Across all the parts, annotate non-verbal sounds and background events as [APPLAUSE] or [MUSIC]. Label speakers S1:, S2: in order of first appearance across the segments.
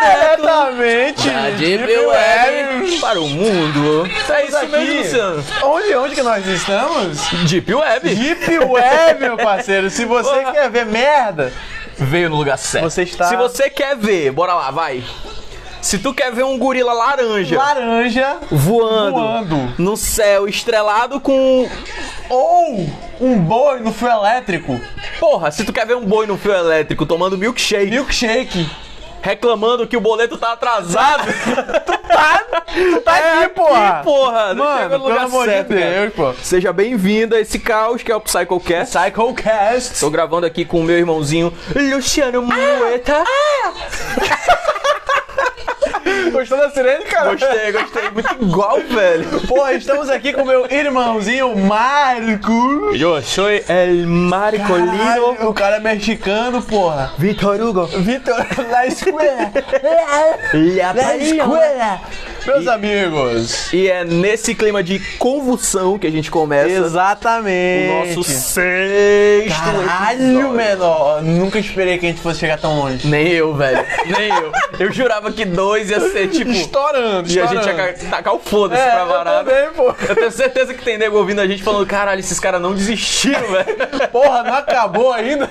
S1: Diretamente
S2: A Deep Web para o mundo.
S1: É isso mesmo, Luciano. Onde, onde que nós estamos?
S2: Deep Web
S1: Deep Web, meu parceiro. Se você
S2: Porra.
S1: quer ver merda,
S2: veio no lugar certo.
S1: Você está-
S2: Se você quer ver, bora lá, vai. Se tu quer ver um gorila laranja
S1: laranja
S2: voando,
S1: voando.
S2: no céu estrelado com.
S1: ou um boi no fio elétrico,
S2: Porra, se tu quer ver um boi no fio elétrico tomando milkshake,
S1: milkshake.
S2: reclamando que o boleto tá atrasado.
S1: Tu tá
S2: É
S1: aqui, [LAUGHS] porra.
S2: aqui, [LAUGHS] porra. Chega
S1: Mano,
S2: no
S1: pelo
S2: lugar
S1: amor
S2: certo,
S1: de
S2: cara.
S1: Deus, pô.
S2: Seja bem-vindo a esse caos que é o PsychoCast.
S1: Psychocast.
S2: Tô gravando aqui com o meu irmãozinho Luciano Mueta.
S1: [LAUGHS] Gostou da sirene, cara?
S2: Gostei, gostei. Muito igual, velho.
S1: Porra, estamos aqui com meu irmãozinho Marco.
S2: Eu sou El Marcolino
S1: Caralho, o cara é mexicano, porra.
S2: Vitor Hugo.
S1: Vitor, [LAUGHS] na escola.
S2: La
S1: Na
S2: Paloma.
S1: escola. Meus amigos.
S2: E é nesse clima de convulsão que a gente começa
S1: Exatamente.
S2: o nosso sexto
S1: Caralho,
S2: episódio.
S1: menor. Nunca esperei que a gente fosse chegar tão longe.
S2: Nem eu, velho. Nem
S1: [LAUGHS]
S2: eu. Eu jurava que dois ia ser tipo.
S1: Estourando,
S2: E a gente ia
S1: estourando.
S2: ca- tacar o foda-se
S1: É,
S2: pra
S1: eu
S2: varada.
S1: também, pô.
S2: Eu tenho certeza que tem nego ouvindo a gente falando: caralho, esses caras não desistiram, [LAUGHS] velho.
S1: Porra, não acabou ainda?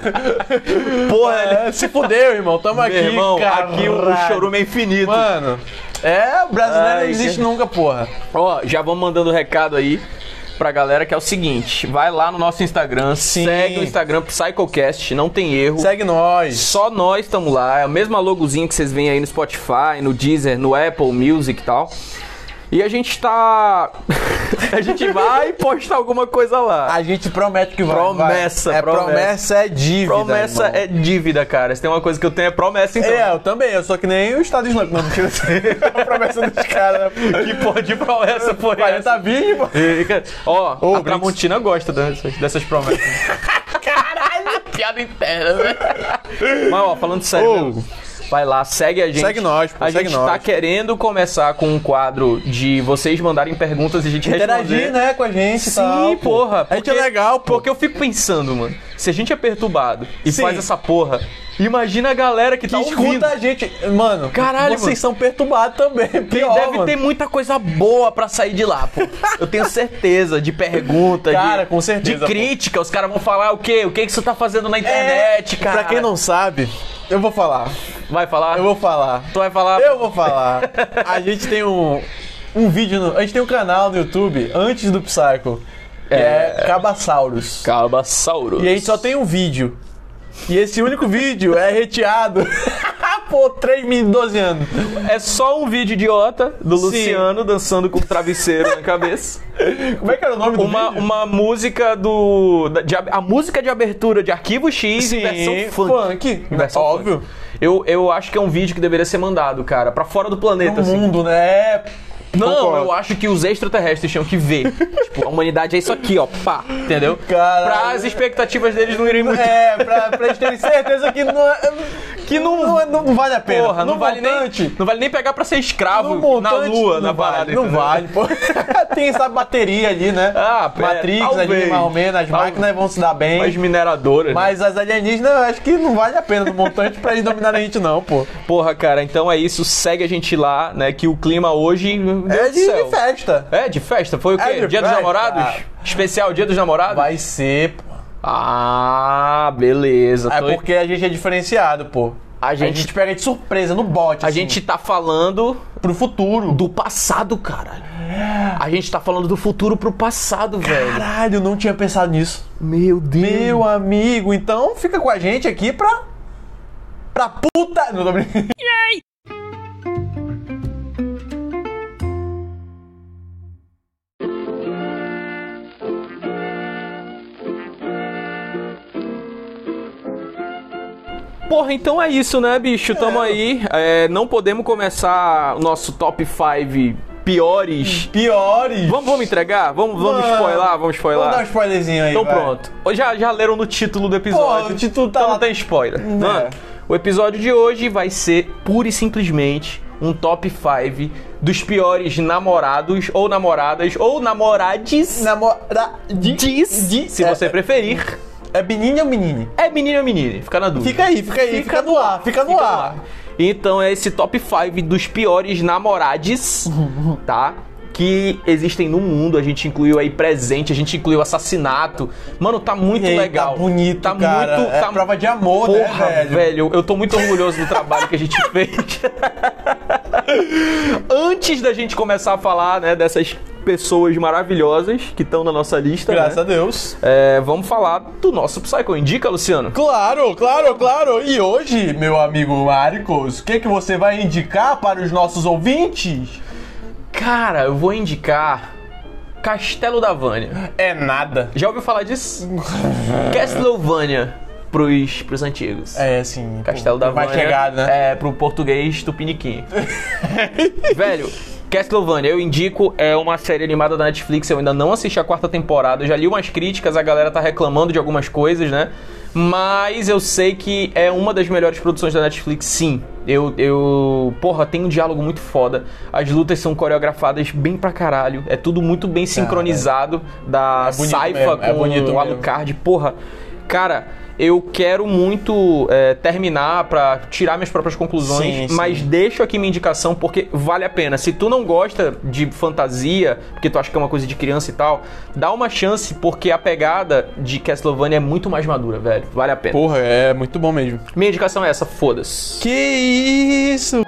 S2: Porra, ele-
S1: É, se fudeu, irmão. Tamo aqui,
S2: Meu irmão,
S1: caralho.
S2: aqui o chorume é infinito.
S1: Mano, é, o brasileiro
S2: Ai,
S1: não existe
S2: que-
S1: nunca, porra.
S2: Ó, já vamos mandando recado aí pra galera que é o seguinte: vai lá no nosso Instagram,
S1: Sim.
S2: segue o Instagram PsychoCast, não tem erro.
S1: Segue nós.
S2: Só nós estamos lá, é a mesma logozinha que vocês veem aí no Spotify, no Deezer, no Apple Music e tal. E a gente tá. [LAUGHS] a gente vai postar alguma coisa lá.
S1: A gente promete que vai.
S2: Promessa,
S1: vai. É
S2: promessa.
S1: promessa, é dívida.
S2: promessa
S1: irmão.
S2: é dívida, cara. Se tem uma coisa que eu tenho é promessa, então.
S1: É, eu também, eu sou que nem o Estado Islâmico, não mentira assim. [LAUGHS] A promessa dos caras. né?
S2: Que porra de promessa foi
S1: 40
S2: essa?
S1: bi, pô.
S2: E, cara, Ó,
S1: Ô,
S2: a
S1: Brinks.
S2: Tramontina gosta dessas,
S1: [LAUGHS]
S2: dessas promessas.
S1: é
S2: Caralho, piada interna, né? Mas, ó, falando sério,
S1: Ô.
S2: meu, vai lá, segue a gente.
S1: Segue nós, pô,
S2: A
S1: segue
S2: gente
S1: nós.
S2: tá querendo começar com um quadro de vocês mandarem perguntas e a gente
S1: Interagir,
S2: responder.
S1: né, com a gente e
S2: Sim,
S1: tal, pô.
S2: porra.
S1: A gente é legal, pô.
S2: Porque eu fico pensando, mano, se a gente é perturbado e
S1: Sim.
S2: faz essa porra, imagina a galera que,
S1: Que
S2: tá
S1: escuta
S2: ouvindo.
S1: a gente. Mano,
S2: Caralho,
S1: vocês
S2: mano.
S1: são perturbados também.
S2: Tem-
S1: Pior,
S2: deve
S1: mano.
S2: ter muita coisa boa pra sair de lá, pô. Eu tenho certeza de pergunta,
S1: Cara,
S2: de,
S1: com certeza,
S2: de
S1: pô.
S2: crítica. Os caras vão falar o quê? O que, que você tá fazendo na internet,
S1: É,
S2: cara?
S1: Pra quem não sabe, eu vou falar.
S2: Vai falar?
S1: Eu vou falar.
S2: Tu vai falar?
S1: Eu vou falar. A gente tem um, um vídeo, no- a gente tem um canal no YouTube antes do Psycho, que é, Cabassauros.
S2: Cabassauro.
S1: E a gente só tem um vídeo. E esse único vídeo é reteado [LAUGHS] por 3 mil 12 anos.
S2: É só um vídeo idiota do
S1: Sim.
S2: Luciano dançando com um travesseiro na cabeça.
S1: Como é que era [LAUGHS] o nome do
S2: Uma,
S1: vídeo?
S2: uma música do. da- de ab- a música de abertura de Arquivo X
S1: Sim,
S2: em versão funk. Versão
S1: Óbvio.
S2: funk. Eu, eu acho que é um vídeo que deveria ser mandado, cara, pra fora do planeta,
S1: No
S2: assim.
S1: mundo, né?
S2: Não,
S1: Concordo.
S2: eu acho que os extraterrestres tinham
S1: [LAUGHS]
S2: que ver. tipo, a humanidade é isso aqui, ó, pá, entendeu?
S1: Caralho.
S2: Pra as expectativas deles não irem muito.
S1: É, pra, pra eles terem certeza que não, que não, é- não, vale a pena.
S2: Porra, não, vale nem, não vale nem pegar pra ser escravo
S1: No montante,
S2: na lua,
S1: não
S2: na
S1: vale,
S2: parada.
S1: Não
S2: entendeu?
S1: vale, pô. [LAUGHS] Tem essa bateria ali, né?
S2: Ah, pera,
S1: Matrix ali,
S2: talvez.
S1: mais ou menos. As
S2: Talvez.
S1: máquinas vão se dar bem.
S2: As
S1: Mas,
S2: mineradoras. né?
S1: as alienígenas, eu acho que não vale a pena no montante pra eles dominarem a gente, não, pô.
S2: Porra, cara, então é isso. Segue a gente lá, né? Que o clima hoje. meu Deus
S1: É
S2: do
S1: de,
S2: céu.
S1: de festa.
S2: É, de festa? Foi o quê?
S1: É de
S2: Dia dos
S1: festa.
S2: namorados? Especial Dia dos namorados?
S1: Vai ser, pô.
S2: Ah, beleza.
S1: É
S2: Tô-
S1: porque a gente é diferenciado, pô.
S2: A gente-
S1: pega de surpresa no bote.
S2: A
S1: assim,
S2: gente tá falando
S1: pro futuro.
S2: do passado, cara. A gente tá falando do futuro pro passado, velho.
S1: Caralho, eu não tinha pensado nisso.
S2: Meu Deus.
S1: Meu amigo, então fica com a gente aqui pra. pra puta. Não tô brincando.
S2: Porra, então é isso, né, bicho? Tamo aí. É, não podemos começar o nosso top 5 piores.
S1: Piores.
S2: Vamos, vamos entregar? Vamos, vamos
S1: Hum. Mano,
S2: spoiler? Vamos
S1: Vamos dar um
S2: spoiler?
S1: spoilerzinho aí.
S2: Então
S1: vai.
S2: pronto. Ou Já, já leram no título do episódio.
S1: Pô, o título tá
S2: Então
S1: lá.
S2: não tem spoiler. Mano, o episódio de hoje vai ser pura e simplesmente um top 5 dos piores namorados ou namoradas ou namorades.
S1: Namoradis.
S2: Diz, se você preferir.
S1: É menino ou menine?
S2: É menino ou menina? Fica na dúvida.
S1: Fica aí, fica aí. Fica, no ar, fica no ar.
S2: Então é esse top 5 dos
S1: [LAUGHS]
S2: piores namorades, tá? Que existem no mundo. A gente incluiu aí presente, a gente incluiu assassinato. Mano, tá muito
S1: Ei,
S2: legal.
S1: Tá bonito,
S2: tá
S1: cara.
S2: muito.
S1: É
S2: tá...
S1: prova de amor,
S2: Porra,
S1: né, velho?
S2: velho, eu tô muito orgulhoso do trabalho que
S1: [LAUGHS]
S2: a gente fez. Antes da gente começar a falar, né, dessas pessoas maravilhosas que estão na nossa lista,
S1: Graças
S2: né,
S1: a Deus.
S2: é, vamos falar do nosso Psycho. Indica, Luciano.
S1: Claro, claro, claro. E hoje, meu amigo Marcos, o que, que você vai indicar para os nossos ouvintes?
S2: Cara, eu vou indicar Castelo da Vânia.
S1: É nada.
S2: Já ouviu falar disso? Castlevania pros, pros antigos.
S1: É, assim.
S2: Castelo da Vânia.
S1: Mais chegado, né?
S2: É, pro
S1: [LAUGHS]
S2: português tupiniquim. Velho, Castlevania, eu indico, é uma série animada da Netflix, eu ainda não assisti a quarta temporada, eu já li umas críticas, a galera tá reclamando de algumas coisas, né? Mas eu sei que é uma das melhores produções da Netflix, sim. Eu, eu. Porra, tem um diálogo muito foda. As lutas são coreografadas bem pra caralho. É tudo muito bem sincronizado da
S1: É bonito
S2: Saifa
S1: mesmo, é
S2: com
S1: bonito
S2: o
S1: mesmo.
S2: Alucard. Card, porra, cara, eu quero muito é, terminar pra tirar minhas próprias conclusões,
S1: Sim, sim.
S2: mas deixo aqui minha indicação porque vale a pena. Se tu não gosta de fantasia, porque tu acha que é uma coisa de criança e tal, dá uma chance porque a pegada de Castlevania é muito mais madura, velho. Vale a pena.
S1: Porra, é muito bom mesmo.
S2: Minha indicação é
S1: [LAUGHS]
S2: essa, foda-se.
S1: Que isso?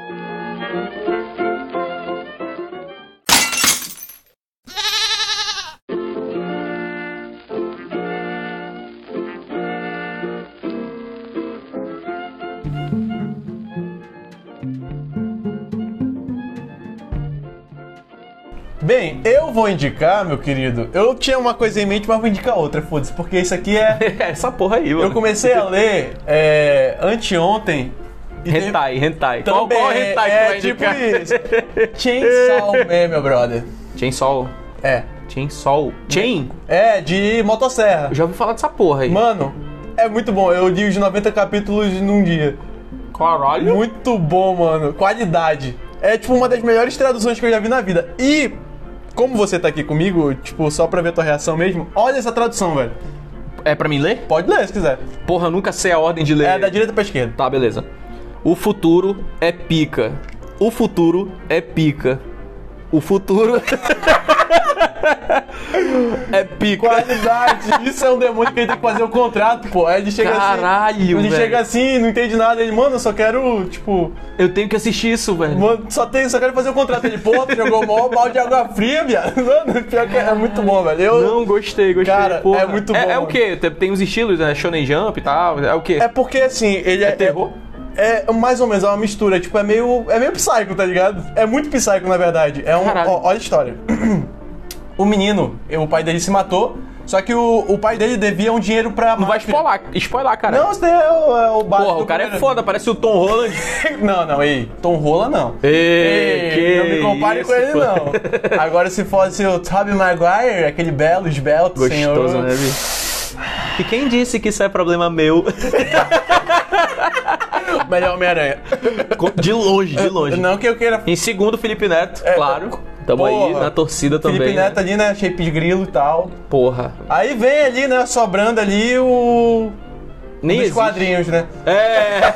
S1: Bem, eu vou indicar, meu querido. Eu tinha uma coisa em mente, mas vou indicar outra, foda-se, porque isso aqui é
S2: essa porra aí, mano.
S1: eu comecei a ler é, anteontem. e teve-
S2: Hentai, hentai.
S1: Também,
S2: qual, qual hentai
S1: é,
S2: tu
S1: tipo
S2: vai
S1: [LAUGHS]
S2: indicar?
S1: isso. Chainsaw Man, meu brother.
S2: [LAUGHS] Chainsaw.
S1: É.
S2: Chainsaw. Chain?
S1: É, de motosserra.
S2: Eu já ouvi falar dessa porra aí.
S1: Mano, é muito bom. Eu li os 90 capítulos num dia.
S2: Caralho.
S1: Muito bom, mano. Qualidade. É, tipo, uma das melhores traduções que eu já vi na vida. E, como você tá aqui comigo, tipo, só pra ver tua reação mesmo, olha essa tradução, velho.
S2: É pra mim ler?
S1: Pode ler se quiser.
S2: Porra, eu nunca sei a ordem de ler.
S1: É da direita pra esquerda.
S2: Tá, beleza. O futuro é pica. O futuro é pica. O futuro. [LAUGHS] é pica.
S1: Qualidade, [LAUGHS] isso é um demônio que ele tem que fazer o contrato, pô. Aí ele chega assim.
S2: Caralho,
S1: Ele
S2: velho.
S1: chega assim, não entende nada. Ele, mano, eu só quero, tipo,
S2: Eu tenho que assistir isso, velho.
S1: mano, só, tem, só quero fazer o contrato. Ele, pô, tu jogou mó balde de água fria, viado. [LAUGHS] Mano, pior que é muito bom, velho. Eu,
S2: Não, gostei, gostei.
S1: Cara,
S2: porra.
S1: é muito bom,
S2: É, o
S1: mano.
S2: quê? Tem- Tem os estilos, né? Shonen Jump e tal. É o quê?
S1: É porque assim, ele é. É
S2: terror?
S1: É, mais ou menos, é uma mistura, tipo, é meio. É meio psycho, tá ligado? É muito psycho, na verdade. É um.
S2: Caralho.
S1: ó, olha a história. [CLEARS THROAT] o menino, o pai dele se matou, só que o, o pai dele devia um dinheiro pra.
S2: Não vai spoiler, spoiler, cara.
S1: Não, isso daí é o, é o básico
S2: porra,
S1: do
S2: o cara é
S1: primeiro-
S2: foda, parece o Tom Holland.
S1: [LAUGHS] Não, não, ei, Tom Rola não.
S2: Ei,
S1: não
S2: que
S1: me compare com
S2: isso,
S1: ele,
S2: pô.
S1: não. Agora, se fosse o Tobey Maguire, aquele belo, esbelto,
S2: [LAUGHS] Gostoso,
S1: senhor.
S2: né, bicho? E quem disse que isso é problema meu?
S1: [LAUGHS] Melhor Homem-Aranha.
S2: De longe, de longe.
S1: É, Não que eu queira.
S2: Em segundo, Felipe Neto, claro. Tamo aí
S1: porra.
S2: na torcida também.
S1: Felipe
S2: né?
S1: Neto é ali, né? Shape de grilo e tal.
S2: Porra.
S1: Aí vem ali, né? Sobrando ali o.
S2: Nem
S1: Os
S2: existe.
S1: quadrinhos, né? [LAUGHS]
S2: É.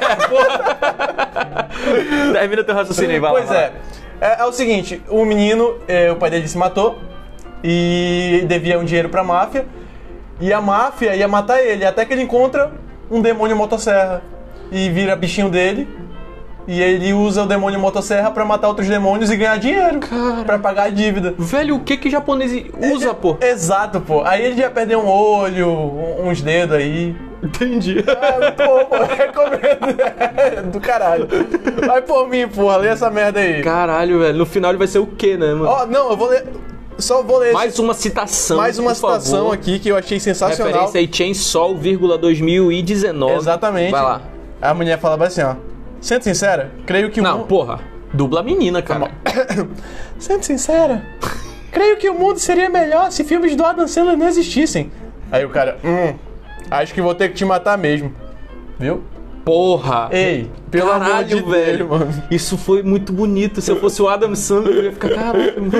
S2: Termina teu raciocínio aí, vai lá,
S1: pois
S2: vai
S1: é.
S2: lá.
S1: é. é o seguinte: o menino, é, o pai dele se matou e devia um dinheiro pra máfia. E a máfia ia matar ele, até que ele encontra um demônio motosserra e vira bichinho dele. E ele usa o demônio motosserra pra matar outros demônios e ganhar dinheiro pra pagar a dívida.
S2: Velho, o que que japonês usa,
S1: É,
S2: pô?
S1: Exato, pô. Aí ele já perdeu um olho, um- uns dedos aí.
S2: Entendi.
S1: É, pô, [LAUGHS] pô, recomendo. É, do caralho. Vai por mim, porra. Lê essa merda aí.
S2: Caralho, velho. No final ele vai ser o quê, né, mano?
S1: Ó, não, eu vou ler. Só vou ler esse-
S2: mais uma citação.
S1: mais uma
S2: por favor.
S1: citação aqui que eu achei sensacional.
S2: Referência aí, Chainsaw, vírgula, 2019.
S1: Exatamente.
S2: Vai lá.
S1: A mulher falava assim, ó. Sendo sincera, creio que o
S2: Não,
S1: mu-
S2: porra. Dubla a menina,
S1: Tá
S2: cara.
S1: Sendo sincera, creio que o mundo seria melhor se filmes do Adam Sandler não existissem. Aí o cara, hum, acho que vou ter que te matar mesmo. Viu?
S2: Porra.
S1: Ei, pelo
S2: Caralho,
S1: amor de
S2: velho.
S1: Deus, mano. [LAUGHS]
S2: Isso foi muito bonito. Se eu fosse o Adam Sandler, eu ia ficar, caralho, mano.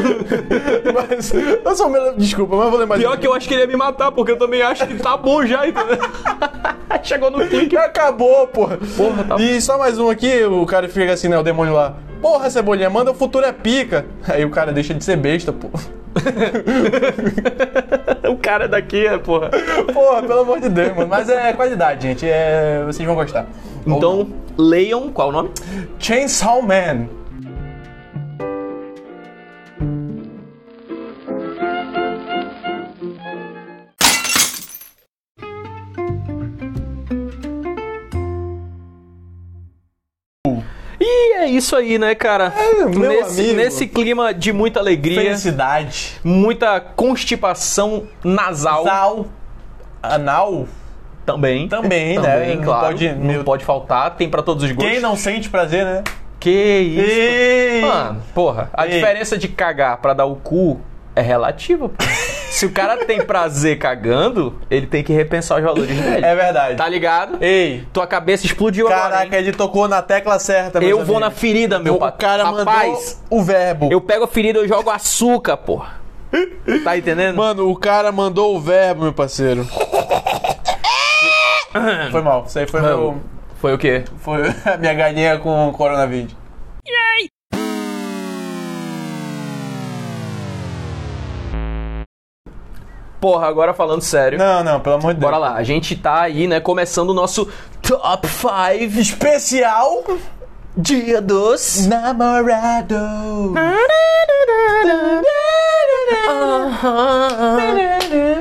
S1: Mas, eu só me lembro- desculpa, mas eu vou lembrar
S2: Pior que eu acho que ele ia me matar, porque eu também acho que tá bom já, entendeu? [LAUGHS] Chegou no pique.
S1: Acabou, porra.
S2: Porra, tá-
S1: E só mais um aqui, o cara fica assim, né, o demônio lá. Porra, Cebolinha, manda o futuro é pica. [LAUGHS] Aí o cara deixa de ser besta, pô.
S2: [LAUGHS] O cara daqui é, porra.
S1: [LAUGHS] Porra, pelo amor de Deus, mano. Mas é qualidade, gente. É, vocês vão gostar.
S2: Então, leiam, qual o nome?
S1: Chainsaw Man.
S2: E é isso aí, né, cara?
S1: É, meu
S2: nesse,
S1: amigo.
S2: nesse clima de muita alegria,
S1: Felicidade.
S2: muita constipação nasal
S1: Sal. Anal.
S2: também.
S1: Também, né?
S2: Também,
S1: Não
S2: claro.
S1: pode-
S2: não pode faltar, tem pra todos os gostos.
S1: Quem não sente prazer, né?
S2: Que isso?
S1: Ei.
S2: Mano, porra, a
S1: Ei.
S2: diferença de cagar pra dar o cu é
S1: [LAUGHS]
S2: relativa, pô. Se o cara tem prazer cagando, ele tem que repensar os valores dele.
S1: É verdade.
S2: Tá ligado?
S1: Ei.
S2: Tua cabeça explodiu agora.
S1: Caraca,
S2: hein?
S1: ele tocou na tecla certa, meus
S2: Eu vou na
S1: amigos.
S2: ferida, meu
S1: O
S2: pa-
S1: cara
S2: Rapaz,
S1: mandou o verbo.
S2: eu pego a ferida, eu jogo
S1: [LAUGHS]
S2: açúcar, porra. Tá entendendo?
S1: Mano, o cara mandou o verbo, meu parceiro. [LAUGHS] Foi mal. Isso aí foi meu...
S2: Foi o quê?
S1: Foi [LAUGHS] a minha galinha com coronavírus.
S2: Porra, agora falando sério.
S1: Não, não, pelo amor de Deus.
S2: Bora lá, a gente tá aí, né, começando o nosso Top 5
S1: Especial
S2: Dia dos...
S1: namorado.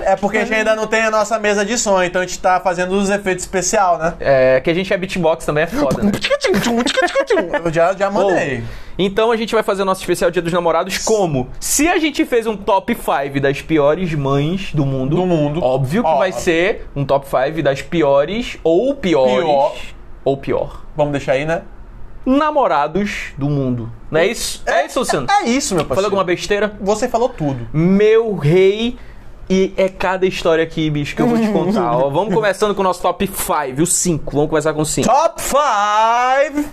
S1: É porque a gente ainda não tem a nossa mesa de som, então a gente tá fazendo os efeitos especial, né?
S2: É, que a gente é beatbox também, é foda, né?
S1: Eu já, já mandei.
S2: Então a gente vai fazer o nosso especial Dia dos Namorados como? Se a gente fez um top 5 das piores mães do mundo,
S1: Do mundo.
S2: óbvio que
S1: Ó,
S2: vai ser um top 5 das piores ou piores
S1: Pior.
S2: ou pior
S1: Vamos deixar aí, né?
S2: namorados do mundo. Não é isso? É isso, Luciano?
S1: É isso, meu
S2: Falei
S1: parceiro.
S2: alguma besteira?
S1: Você falou tudo.
S2: Meu rei. E é cada história aqui, bicho, que eu vou te contar. ó. Vamos começando com o nosso top 5, o 5. Vamos começar com o 5.
S1: Top 5!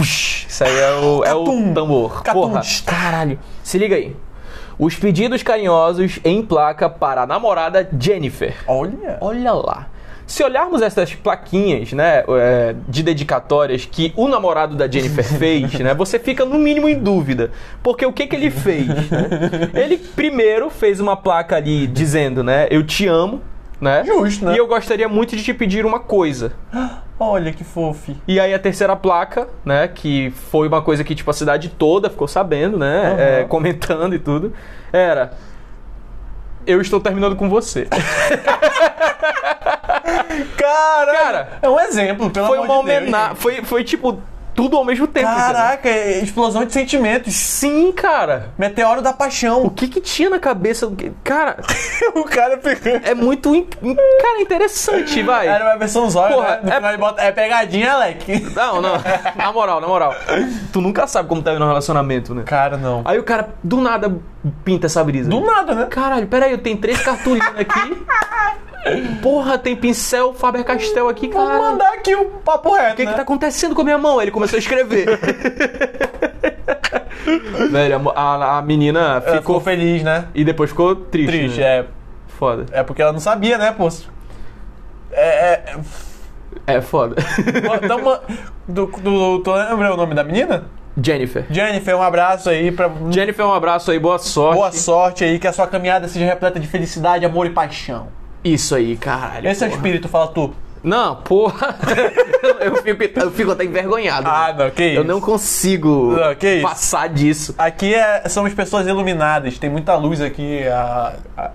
S2: Isso aí é o, é o
S1: Catum.
S2: tambor.
S1: Catum.
S2: Porra, caralho. Se liga aí. Os pedidos carinhosos em placa para a namorada Jennifer.
S1: Olha.
S2: Olha lá. Se olharmos essas plaquinhas, né, é, de dedicatórias que o namorado
S1: [LAUGHS]
S2: da Jennifer fez, né, você fica no mínimo em dúvida, porque o que que ele fez? né? Ele primeiro fez uma placa ali dizendo, né, eu te amo, né?
S1: Justo, né?
S2: E eu gostaria muito de te pedir uma coisa.
S1: Olha que fofo.
S2: E aí a terceira placa, né, que foi uma coisa que tipo a cidade toda ficou sabendo, né, é, comentando e tudo, era eu estou terminando
S1: [LAUGHS]
S2: com você.
S1: Cara,
S2: Cara,
S1: é um exemplo, pelo
S2: foi
S1: amor
S2: uma
S1: de Deus.
S2: homenagem. Foi, foi tipo tudo ao mesmo tempo. entendeu?
S1: Caraca, é explosão de sentimentos.
S2: Sim, cara.
S1: Meteoro da
S2: O [LAUGHS]
S1: paixão.
S2: que que tinha na cabeça? do que- Cara,
S1: o cara pegando.
S2: é muito. in- in- Cara, interessante, vai.
S1: É, Era uma versão zóia,
S2: Porra,
S1: né? No
S2: é-
S1: final ele bota, é pegadinha, Alec.
S2: Não, não. Na moral, na moral. Tu nunca sabe como termina um relacionamento, né?
S1: Cara, não.
S2: Aí o [LAUGHS] cara, do nada, pinta essa brisa.
S1: Do nada, né?
S2: Caralho, peraí, eu tenho três cartolinas aqui. Porra, tem pincel Faber Castell aqui,
S1: Vou
S2: cara.
S1: mandar aqui o papo reto,
S2: O que,
S1: né?
S2: que tá acontecendo com a minha mão? Aí ele começou a
S1: [LAUGHS]
S2: escrever. Velho, a mo- a, a menina
S1: Ela
S2: ficou.
S1: ficou feliz, né?
S2: E depois ficou triste.
S1: Triste,
S2: né?
S1: é.
S2: Foda.
S1: É porque ela não sabia, né, poço? É. é- é-
S2: É foda. [LAUGHS]
S1: Então, uma- do, do, tu lembra o nome da menina?
S2: Jennifer.
S1: Jennifer, um abraço aí pra.
S2: Jennifer, um abraço aí, boa sorte.
S1: Boa sorte aí, que a sua caminhada seja repleta de felicidade, amor e paixão.
S2: Isso aí, caralho.
S1: Esse é o
S2: porra.
S1: espírito, fala tu.
S2: Não, porra. [LAUGHS] eu, fico, eu fico até envergonhado. né?
S1: Ah, não, que isso.
S2: eu não consigo
S1: Não, que isso.
S2: passar disso.
S1: Aqui é, são as pessoas iluminadas, tem muita luz aqui. A, a,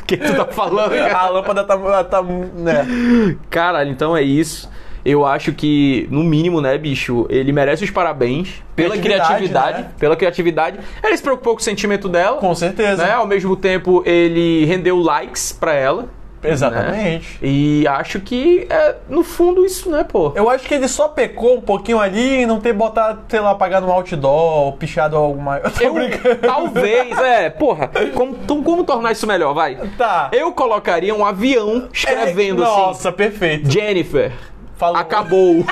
S2: O que tu tá
S1: [LAUGHS]
S2: falando, cara?
S1: a lâmpada tá. ela tá né?
S2: Caralho, então é isso. Eu acho que, no mínimo, né, bicho, ele merece os parabéns pela
S1: Criatividade,
S2: criatividade.
S1: né?
S2: Pela criatividade. Ela se preocupou com o sentimento dela.
S1: Com certeza.
S2: né? Ao mesmo tempo, ele rendeu likes pra ela.
S1: Exatamente.
S2: né? E acho que é, no fundo, isso, né, pô?
S1: Eu acho que ele só pecou um pouquinho ali em não ter botado, sei lá, apagado um outdoor ou pichado algo mais. [LAUGHS] Eu tô
S2: Eu-
S1: brincando.
S2: talvez, é, porra. Como, então como tornar isso melhor, vai?
S1: Tá. É,
S2: Eu colocaria um avião escrevendo assim.
S1: Nossa, perfeito.
S2: Jennifer,
S1: Falou.
S2: acabou. [LAUGHS]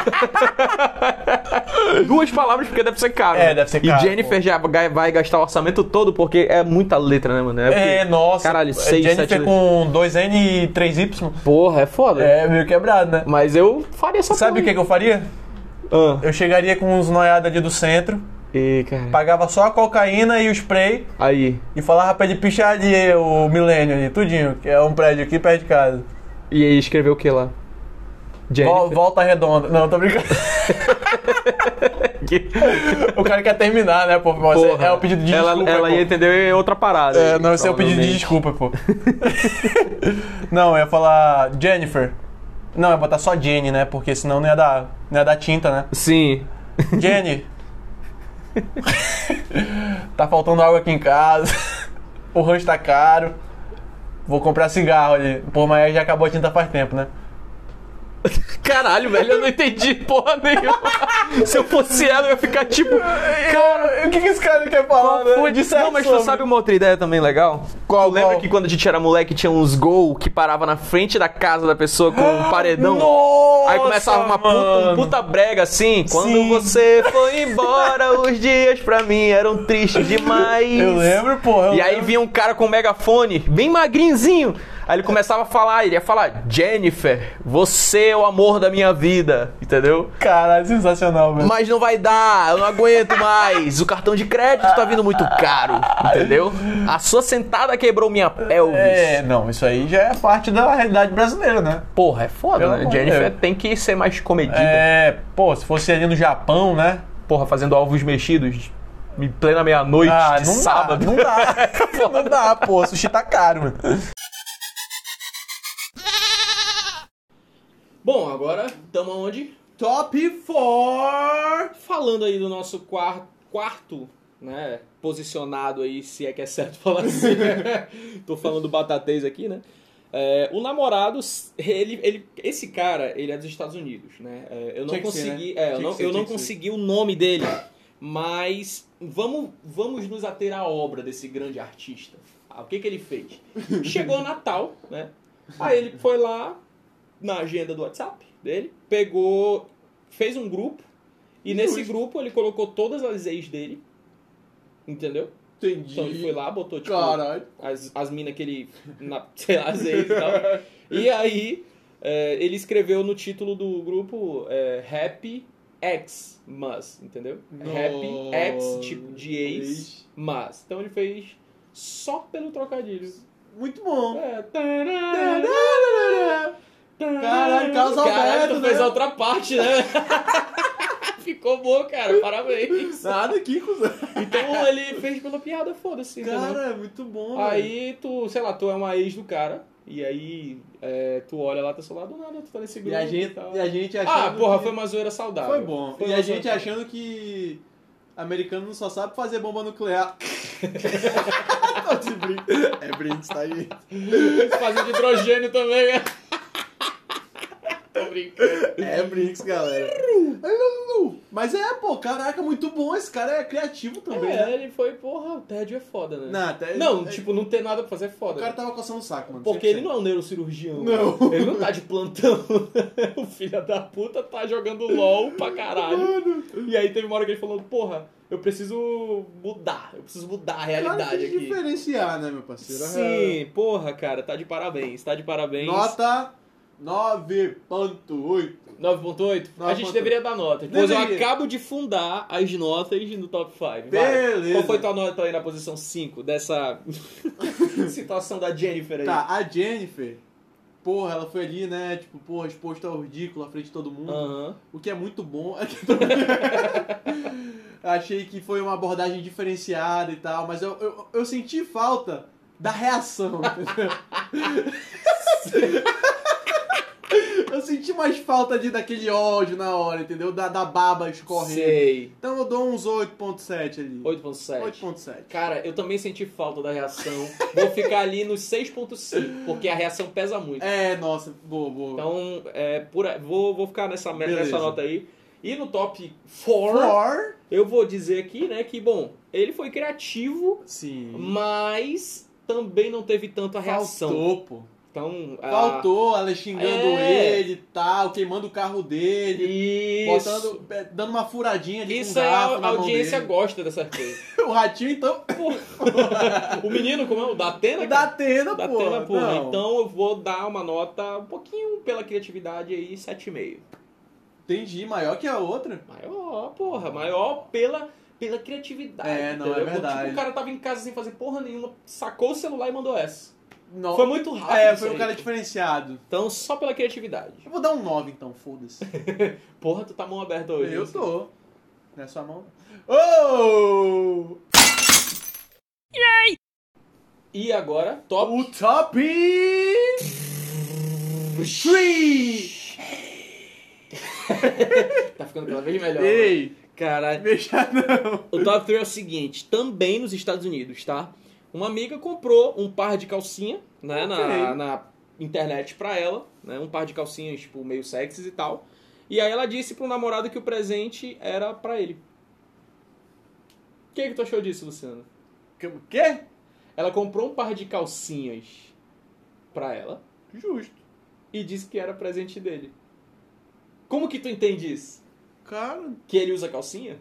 S2: Duas palavras porque deve ser caro.
S1: É,
S2: né?
S1: deve ser
S2: E
S1: caro,
S2: Jennifer já ga- vai gastar o orçamento todo porque é muita letra, né, mano? porque-
S1: É, nossa.
S2: Caralho, seis,
S1: Jennifer
S2: sete
S1: com 2N e 3Y.
S2: Porra, é foda.
S1: É meio quebrado, né?
S2: Mas eu faria essa
S1: Sabe o que, que eu faria? Eu chegaria com uns noiados ali do centro,
S2: Ah, E, cara.
S1: pagava só a cocaína e o spray
S2: Aí.
S1: e falava pra ele pichar ali o milênio ali, tudinho, que é um prédio aqui perto de casa.
S2: E aí escreveu o que lá?
S1: Vol-
S2: [LAUGHS] Jennifer.
S1: volta redonda. Não, tô brincando. [LAUGHS] o cara quer terminar, né, pô? Mas
S2: Porra.
S1: é o pedido de
S2: ela,
S1: desculpa.
S2: Ela
S1: pô.
S2: ia entender outra parada.
S1: É, não, esse é o pedido de
S2: provavelmente.
S1: desculpa, pô. [LAUGHS] não, eu ia falar Jennifer. Não, eu ia botar só Jenny, né? Porque senão não ia dar, não ia dar tinta, né?
S2: Sim.
S1: Jenny! tá faltando água aqui em casa. O rancho tá caro. Vou comprar cigarro ali. Pô, mas aí já acabou a tinta faz tempo, né?
S2: Caralho, velho, eu não entendi porra nenhuma. [LAUGHS] Se eu fosse ela, eu ia ficar tipo.
S1: É, Cara, o que, que esse cara quer falar,
S2: Pô, não, mas tu sabe uma outra ideia também legal?
S1: Qual,
S2: tu lembra
S1: qual?
S2: que quando a gente era moleque tinha uns gol que parava na frente da casa da pessoa
S1: [GASPS]
S2: com um paredão?
S1: Nossa,
S2: Aí começava uma puta, um
S1: mano.
S2: puta brega assim. Quando
S1: Sim.
S2: você foi
S1: [LAUGHS]
S2: embora, os dias pra mim eram tristes demais.
S1: Eu lembro, pô. eu
S2: E aí
S1: lembro.
S2: vinha um cara com um megafone, bem magrinzinho. Aí ele começava a falar, ele ia falar: Jennifer, você é o amor da minha vida, entendeu?
S1: Caralho, sensacional, velho.
S2: Mas não vai dar, eu não aguento mais. O cartão de crédito tá vindo muito caro, entendeu? A sua sentada quebrou minha pelvis.
S1: É, não, isso aí já é parte da realidade brasileira, né?
S2: Porra, é foda,
S1: Pelo
S2: né?
S1: amor de
S2: Jennifer
S1: Deus.
S2: tem que ser mais comedida.
S1: É, pô, se fosse ali no Japão, né?
S2: Porra, fazendo alvos mexidos em plena meia-noite de
S1: Ah, não
S2: sábado.
S1: Dá, não [LAUGHS] dá. não dá, pô. Sushi tá caro, mano.
S2: Bom, agora estamos onde?
S1: Top 4!
S2: Falando aí do nosso quar- quarto, né? Posicionado aí, se é que é certo [LAUGHS] falar assim. Tô falando do batatês aqui, né? É, o namorado, ele, ele, esse cara, ele é dos Estados Unidos, né? É, eu não
S1: Tinha que ser,
S2: consegui,
S1: né?
S2: é, eu
S1: Tinha
S2: não,
S1: que ser,
S2: eu
S1: tinha
S2: não
S1: que ser.
S2: consegui o nome dele, mas vamos, vamos nos ater à obra desse grande artista. Ah, o que, que
S1: [LAUGHS]
S2: ele fez? Chegou Natal, né? Aí ele foi lá na agenda do WhatsApp dele, pegou, fez um grupo e nesse grupo ele colocou todas as ex dele, entendeu? Então ele foi
S3: Entendi.
S2: lá, botou tipo
S3: Caralho.
S2: as, as minas que ele. Na, [LAUGHS] sei lá, as ex e tal. E aí, é, ele escreveu no título do grupo é, Happy X Mas, entendeu? Happy X, tipo de ex, mas. Então ele fez só pelo trocadilho.
S3: Muito bom.
S2: É, tará, tará.
S3: Caralho, Carlos
S2: Caralho, tu
S3: Alberto,
S2: fez
S3: né?
S2: outra parte, né? [LAUGHS] Ficou bom, cara. Parabéns.
S3: Nada, Kiko.
S2: [LAUGHS] Então ele fez pela piada, foda-se. entendeu?
S3: Cara, é muito bom. velho.
S2: Aí tu, sei lá, tu é uma ex do cara, e aí é, tu olha lá teu celular do nada, tu tá nesse
S3: E
S2: grupo
S3: a
S2: e
S3: gente,
S2: tal.
S3: e a gente
S2: Ah,
S3: achando.
S2: porra,
S3: que-
S2: foi uma zoeira saudável.
S3: Foi bom.
S2: Foi
S3: e
S2: uma
S3: a gente
S2: zoeira-
S3: achando que americano só sabe fazer bomba nuclear.
S2: [LAUGHS]
S3: Tô de brinco. É brinde, tá aí.
S2: Fazendo de hidrogênio também, né? Tô brincando.
S3: É Brinks, galera. Mas é, pô, caraca, muito bom. Esse cara é criativo também,
S2: É,
S3: né?
S2: ele foi, porra, o tédio é foda, né?
S3: Não, até-
S2: Não,
S3: é-
S2: tipo, não ter nada pra fazer é
S3: O
S2: foda.
S3: cara
S2: né?
S3: tava coçando o saco, mano.
S2: Porque ele não é um neurocirurgião.
S3: Não.
S2: né? Ele não tá de plantão. [LAUGHS] o filho da puta tá jogando LOL pra caralho. E aí teve uma hora que ele falou, porra, eu preciso mudar. Eu preciso mudar a
S3: Cara,
S2: realidade
S3: tem que é
S2: aqui.
S3: diferenciar, né, meu parceiro?
S2: Sim, porra, cara, tá de parabéns, tá de parabéns.
S3: Nota 9.8.
S2: 9.8? A gente
S3: 9.8.
S2: deveria dar nota. Depois eu
S3: Deveria.
S2: acabo de fundar as notas no top 5.
S3: Beleza.
S2: Qual foi tua nota aí na posição 5 dessa [LAUGHS] situação da Jennifer aí?
S3: Tá, a Jennifer, porra, ela foi ali, né? Tipo, porra, exposta ao ridículo à frente de todo mundo.
S2: Aham.
S3: O que é muito bom. [LAUGHS]
S2: [LAUGHS]
S3: Achei que foi uma abordagem diferenciada e tal, mas eu, eu, eu senti falta da
S2: [LAUGHS]
S3: reação. entendeu? eu senti
S1: mais falta de, daquele ódio na hora, entendeu? Da, da baba escorrendo.
S2: Sei.
S1: Então eu dou uns 8.7 ali.
S2: 8.7.
S1: 8.7.
S2: Cara, eu também senti falta da reação. Vou ficar ali nos 6.5, porque a reação pesa muito.
S1: É, nossa, boa, boa.
S2: Então, é, por aí- vou, vou ficar nessa,
S1: Beleza.
S2: nessa nota aí. E no top 4,
S1: Four.
S2: eu vou dizer aqui, né, que, bom, ele foi criativo,
S1: Sim.
S2: mas também não teve tanta reação.
S1: Faltou, pô.
S2: Então, a-
S1: Faltou, ela xingando
S2: É.
S1: ele e tal, queimando o carro dele,
S2: Isso.
S1: botando, é, dando uma furadinha ali
S2: Isso
S1: com um
S2: aí é a,
S1: garfo na
S2: a
S1: mão
S2: audiência
S1: dele. [LAUGHS]
S2: gosta dessas coisas.
S1: O ratinho, então,
S2: o menino, como é o da Atena?
S1: da Atena,
S2: da
S1: pô.
S2: Atena, porra.
S1: Não.
S2: Então eu vou dar uma nota um pouquinho pela criatividade aí, 7,5.
S1: Entendi, maior que a outra.
S2: Maior, porra, maior pela, pela criatividade.
S1: É, não, é
S2: entendeu?
S1: verdade.
S2: Tipo, o cara tava em casa sem fazer porra nenhuma, sacou o celular e mandou essa.
S1: Não.
S2: Foi muito rápido.
S1: É,
S2: isso
S1: foi um
S2: aí.
S1: cara diferenciado.
S2: Então, só pela criatividade.
S1: Eu vou dar um 9 então,
S2: [LAUGHS]
S1: foda-se.
S2: Porra, tu tá mão aberta hoje.
S1: Eu
S2: hein?
S1: tô. Não é sua mão. Oh!
S2: E agora, top.
S1: O top 3!
S2: Tá ficando cada vez melhor.
S1: Ei,
S2: Caralho.
S1: deixa não.
S2: O top 3 é o seguinte, também nos Estados Unidos, tá? Uma amiga comprou um par de calcinha, né, na,
S1: Ok.
S2: na internet pra ela, né? Um par de calcinhas, tipo, meio sexys e tal. E aí ela disse pro namorado que o presente era pra ele. O que, que tu achou disso, Luciano?
S1: O quê?
S2: Ela comprou um par de calcinhas pra ela
S1: Justo.
S2: e disse que era presente dele. Como que tu entende isso?
S1: Cara,
S2: Que ele usa calcinha?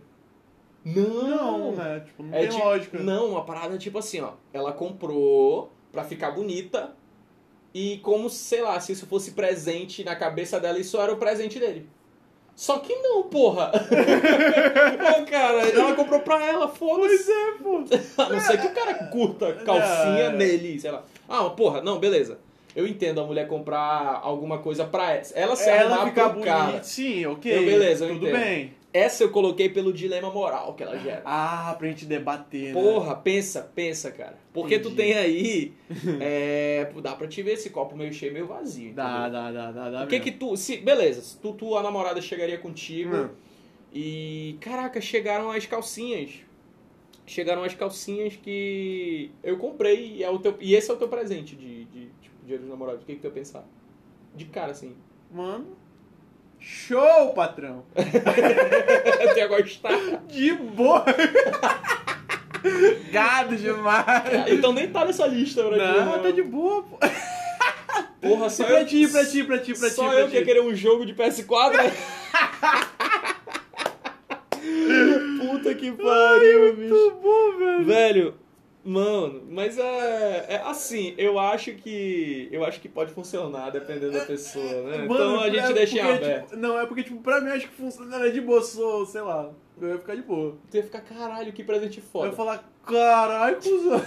S1: não, né? Tipo, não
S2: É
S1: tem
S2: tipo-
S1: lógica.
S2: Não, uma parada tipo assim, ó. Ela comprou pra ficar bonita. E como, sei lá, se isso fosse presente na cabeça dela, isso era o presente dele. Só que não,
S1: [LAUGHS]
S2: porra! Ô, cara, ela comprou pra ela, foda-se.
S1: é,
S2: [LAUGHS] A não ser que o cara curta calcinha
S1: Não.
S2: nele, sei lá. Ah, mas porra, não, beleza. Eu entendo a mulher comprar alguma coisa pra ela. Ela se
S1: É, Ela
S2: armar
S1: ficar
S2: é pro cara.
S1: bonita. Sim, ok.
S2: Eu, beleza, eu
S1: Tudo
S2: entendo.
S1: bem.
S2: Essa eu coloquei pelo dilema moral que ela gera.
S1: Ah, pra gente debater, né?
S2: Porra, pensa, pensa, cara. Porque tu
S1: Entendi.
S2: tem aí. é, [LAUGHS] pô, dá pra te ver esse copo meio cheio, meio vazio.
S1: Dá,
S2: entendeu?
S1: dá, dá, dá, dá.
S2: O que que
S1: mesmo.
S2: tu. Se, beleza, se tu, tu, a namorada chegaria contigo
S1: Hum.
S2: e. Caraca, chegaram as calcinhas. Chegaram as calcinhas que eu comprei e, é o teu, e esse é o teu presente de, de, tipo, dia dos namorados. O que, que tu ia pensar? De cara, assim. [LAUGHS]
S1: Mano. Show, patrão.
S2: Eu
S1: [LAUGHS]
S2: ia gostar.
S1: De boa. [LAUGHS] Gado demais.
S2: Então nem tá nessa lista, pra ti,
S1: Não,
S2: né?
S1: tá de boa, pô.
S2: Porra, só
S1: Pra
S2: eu-
S1: ti, pra ti, pra ti, pra ti.
S2: Só
S1: pra
S2: eu
S1: ti.
S2: que ia querer um jogo de PS4.
S1: [LAUGHS]
S2: né? Puta que pariu, bicho.
S1: Muito bom, velho.
S2: Velho, mano, mas é, é assim, eu acho que eu acho que pode funcionar dependendo da pessoa, né? então a
S1: é
S2: gente deixa em
S1: porque,
S2: aberto.
S1: tipo, não, é porque, tipo, pra mim acho que funcionaria de boa, sou, sei lá. Eu tipo, ia ficar de boa.
S2: Tu ia ficar, caralho, que presente
S1: Eu
S2: foda.
S1: ia falar, caralho,
S2: [LAUGHS]
S1: cuzão.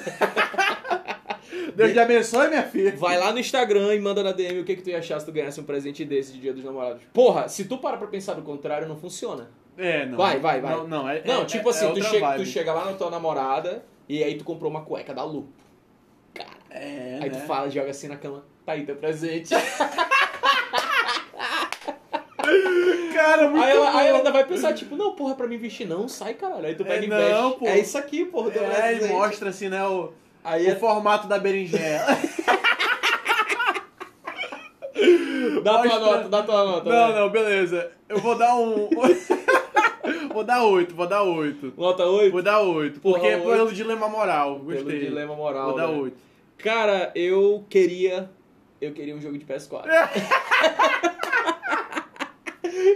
S1: Deus te abençoe, minha filha.
S2: Vai lá no Instagram e manda na DM o que, que tu ia achar se tu ganhasse um presente desse de Dia dos Namorados. Porra, se tu para pra pensar do contrário, não funciona.
S1: É, não.
S2: Vai, vai, vai.
S1: Não, não, é,
S2: Não,
S1: é-
S2: tipo
S1: é
S2: assim, tu,
S1: outra
S2: chega, tu
S1: vibe.
S2: chega lá na tua namorada e aí tu comprou uma cueca da Lu. Cara,
S1: É, né?
S2: aí tu fala, joga assim na cama, tá aí
S1: [LAUGHS]
S2: teu presente.
S1: Cara, muito
S2: aí, ela,
S1: bom.
S2: aí ela ainda vai pensar, tipo, não, porra, pra mim vestir não, sai, caralho. Aí tu
S1: É,
S2: pega e
S1: não,
S2: veste.
S1: pô.
S2: É isso aqui, porra, teu
S1: É,
S2: presente.
S1: ele mostra assim, né, o,
S2: Aí é tá
S1: o formato da berinjela.
S2: [LAUGHS] dá
S1: mostra-
S2: tua nota, dá tua nota.
S1: [LAUGHS]
S2: né?
S1: não,
S2: vai.
S1: não, beleza. Eu vou dar um... [LAUGHS] vou dar oito, vou dar oito.
S2: Nota 8?
S1: Vou dar oito,
S2: Porra,
S1: porque é
S2: oito.
S1: pelo dilema moral. Gostei.
S2: Pelo dilema moral.
S1: Vou dar
S2: né?
S1: oito.
S2: Cara, eu queria. Eu queria um jogo de PS4.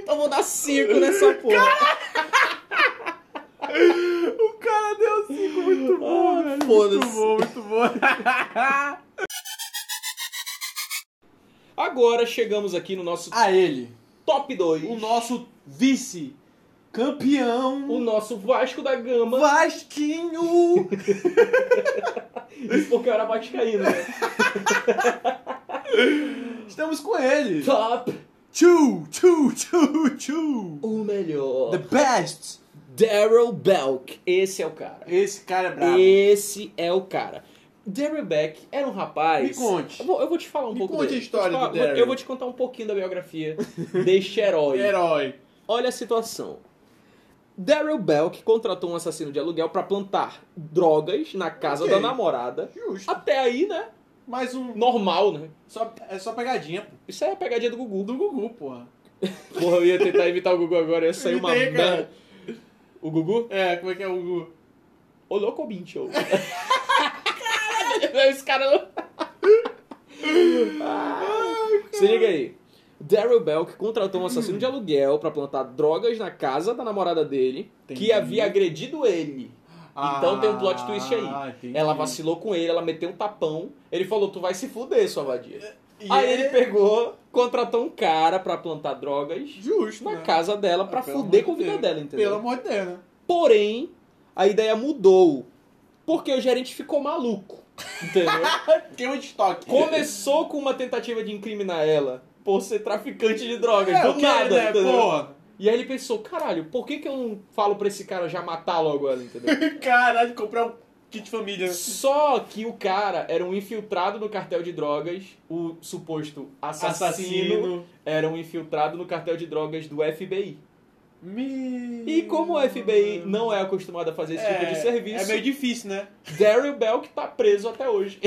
S2: então vou dar 5 nessa porra.
S1: [LAUGHS] O cara deu 5, muito bom,
S2: Ah,
S1: velho. Muito
S2: foda-se.
S1: bom, muito bom.
S2: Agora chegamos aqui no nosso
S1: [LAUGHS] A ele,
S2: top 2.
S1: o nosso vice, campeão,
S2: o nosso Vasco da Gama.
S1: Vasquinho.
S2: Isso porque eu era
S1: [LAUGHS]
S2: vascaíno. né?
S1: Estamos com ele.
S2: Top
S1: Tchu, tchu, tchu, tchu.
S2: o
S1: The
S2: melhor.
S1: best.
S2: Daryl Belk. Esse é o cara.
S1: Esse cara é brabo.
S2: Esse é o cara. Derry Beck era um rapaz.
S1: Me conte.
S2: Eu vou, eu vou te falar um
S1: Me
S2: pouco
S1: conte
S2: dele.
S1: a história
S2: Vou te
S1: do
S2: falar-
S1: Derry.
S2: Eu vou te contar um pouquinho da biografia deste herói.
S1: Herói.
S2: Olha a situação. Daryl Bell, que contratou um assassino de aluguel pra plantar drogas na casa
S1: Ok.
S2: da namorada.
S1: Justo.
S2: Até aí, né?
S1: Mais um.
S2: Normal, né?
S1: Só, é só pegadinha, pô.
S2: Isso aí é a pegadinha do Gugu.
S1: Do Gugu, porra.
S2: Porra, eu ia tentar evitar o Gugu agora, ia sair uma
S1: Evitei, cara.
S2: merda. O Gugu?
S1: É, como é que é o Gugu?
S2: Ô,
S1: [LAUGHS]
S2: louco, bincho. Caralho, esse cara não... [LAUGHS] Se liga aí. Daryl Bell, que contratou um assassino de aluguel pra plantar drogas na casa da namorada dele,
S1: Entendi.
S2: que havia agredido ele. Então tem um plot twist aí.
S1: Ah, entendi.
S2: Ela vacilou com ele, ela meteu um tapão. Ele falou, tu vai se fuder, sua vadia.
S1: E
S2: Aí
S1: é
S2: ele pegou, contratou um cara pra plantar drogas
S1: Justo,
S2: na
S1: né?
S2: casa dela pra
S1: Ah, pelo
S2: fuder
S1: amor
S2: com a
S1: de
S2: vida
S1: Deus.
S2: dela,
S1: Pelo
S2: entendeu?
S1: amor de Deus, né?
S2: Porém, a ideia mudou. Porque o gerente ficou maluco,
S1: [LAUGHS]
S2: entendeu?
S1: Queima de estoque.
S2: Começou com uma tentativa de incriminar ela por ser traficante de drogas,
S1: É,
S2: do
S1: ok,
S2: nada,
S1: né,
S2: entendeu?
S1: porra. [LAUGHS]
S2: E aí ele pensou, caralho, por que, que eu não falo pra esse cara já matar logo ela,
S1: [LAUGHS]
S2: entendeu?
S1: Caralho, comprar um kit família. né?
S2: Só que o cara era um infiltrado no cartel de drogas, o suposto assassino, era um infiltrado no cartel de drogas do FBI.
S1: Me...
S2: E como o FBI não é acostumado a fazer esse tipo de serviço,
S1: É meio difícil, né?
S2: Daryl Bell que tá preso até hoje.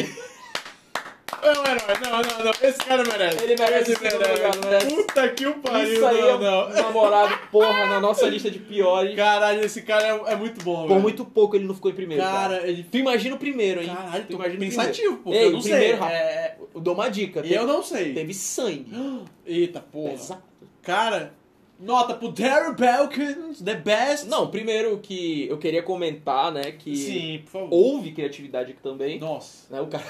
S1: É um herói. Não, não, não. Esse cara merece.
S2: Ele merece
S1: Esse
S2: esse lugar, merece.
S1: Puta que o pariu.
S2: Isso aí é
S1: não, não.
S2: namorado, porra, na nossa lista de piores.
S1: Caralho, esse cara é, é muito bom,
S2: Por
S1: velho.
S2: muito pouco ele não ficou em primeiro.
S1: Cara,
S2: Cara,
S1: ele...
S2: tu imagina o primeiro, hein?
S1: Caralho,
S2: tu
S1: tô
S2: imagina o
S1: pensativo, pô.
S2: primeiro. Ei,
S1: eu não
S2: o primeiro,
S1: sei.
S2: rapaz.
S1: É,
S2: primeiro. Dou uma dica.
S1: E eu
S2: teve-
S1: não sei.
S2: Teve sangue.
S1: [GASPS] Eita, porra.
S2: Pesado.
S1: Cara, nota pro Darryl Belkins, the best.
S2: Não, primeiro que eu queria comentar, né, que
S1: Sim, por favor.
S2: houve criatividade aqui também.
S1: Nossa. Uhum.
S2: Né,
S1: [LAUGHS]
S2: o cara...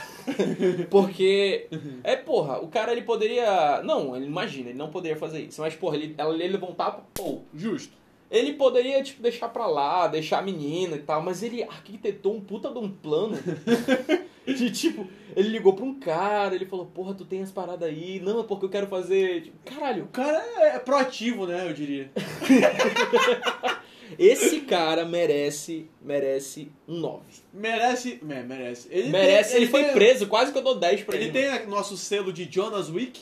S2: Porque. É, porra, o cara ele poderia. Não, ele imagina, ele não poderia fazer isso. Mas, porra, ele, ela- ele levou um tapa, pô.
S1: Justo.
S2: Ele poderia, tipo, deixar pra lá, deixar a menina e tal, mas ele arquitetou um puta de um plano. [LAUGHS] De tipo, ele ligou pra um cara, ele falou, porra, tu tem as paradas aí, não, é porque eu quero fazer. Tipo, caralho,
S1: O cara é, é proativo, né, eu diria.
S2: esse cara merece, merece um 9.
S1: Merece... É, merece. Ele
S2: Merece,
S1: tem-
S2: ele, foi
S1: tem-
S2: preso, quase que eu dou 10 pra ele.
S1: Ele tem nosso selo de Jonas Wick.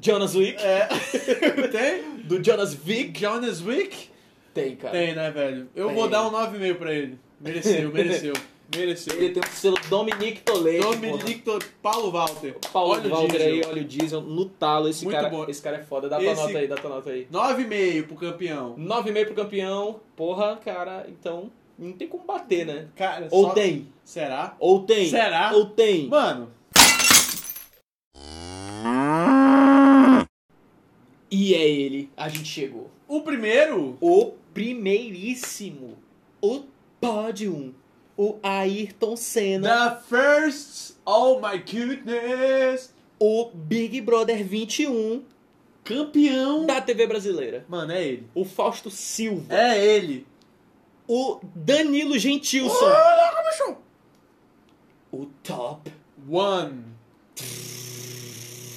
S2: Jonas Wick,
S1: É. [LAUGHS] tem?
S2: do Jonas Wick.
S1: Jonas Wick?
S2: Tem, cara.
S1: Tem, né, velho? Eu
S2: Tem.
S1: vou dar um 9,5 pra ele. Mereceu,
S2: [LAUGHS]
S1: mereceu. mereceu.
S2: Ele tem o selo Dominique Toledo. porra.
S1: Dominic Tor- Paulo Walter.
S2: Paulo
S1: Olha o
S2: Walter
S1: diesel.
S2: aí, olha o diesel no talo. Esse
S1: Muito
S2: cara,
S1: bom.
S2: esse cara é foda. Dá tua
S1: Esse-
S2: nota aí, dá tua nota aí.
S1: 9,5 pro campeão.
S2: 9,5 pro campeão. Porra, cara, então não tem como bater, né?
S1: Cara,
S2: Ou
S1: só-
S2: tem.
S1: Será?
S2: Ou tem.
S1: Será?
S2: Ou tem.
S1: Mano,
S2: E é ele. A gente chegou.
S1: o primeiro.
S2: O primeiríssimo. O pódio. um. O Ayrton Senna.
S1: The first, oh my goodness.
S2: O Big Brother 21
S1: Campeão.
S2: da TV brasileira.
S1: Mano, é ele.
S2: O Fausto Silva.
S1: É ele.
S2: O Danilo Gentilson.
S1: Uh!
S2: O top.
S1: One.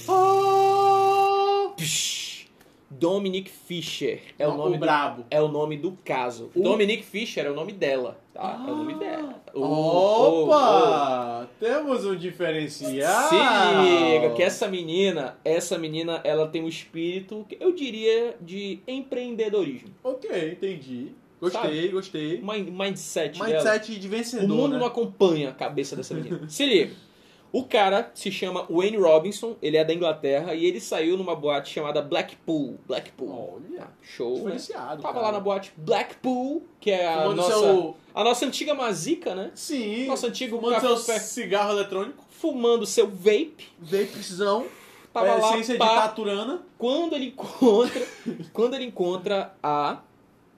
S2: Ah! Psh. Dominic Fischer é o
S1: Não,
S2: nome
S1: o
S2: do,
S1: brabo.
S2: é o nome do caso.
S1: O- Ah.
S2: Dominic Fischer é o nome dela, tá? é o nome dela. Oh, oh,
S1: Opa! Temos um
S2: oh.
S1: diferencial.
S2: Se liga que é assim. essa menina, essa menina, ela tem um espírito, que eu diria, de empreendedorismo.
S1: Ok, entendi. Gostei, gostei.
S2: Mind- mindset, dela.
S1: Mindset de vencedor,
S2: O mundo
S1: né?
S2: não acompanha a cabeça dessa menina. Se liga. O cara se chama Wayne Robinson, ele é da Inglaterra e ele saiu numa boate chamada Blackpool. Blackpool.
S1: Olha,
S2: Show, né?
S1: Oh. diferenciado,
S2: Tava
S1: cara.
S2: lá na boate Blackpool, que é a
S1: Fumando
S2: nossa,
S1: seu-
S2: a nossa antiga mazica, né?
S1: Sim.
S2: Nosso antigo
S1: Fumando seu
S2: café.
S1: cigarro eletrônico.
S2: Fumando seu vape.
S1: Veio precisão.
S2: Tava
S1: é,
S2: lá,
S1: essência
S2: pá.
S1: de taturana.
S2: Quando ele encontra, [LAUGHS] quando ele encontra a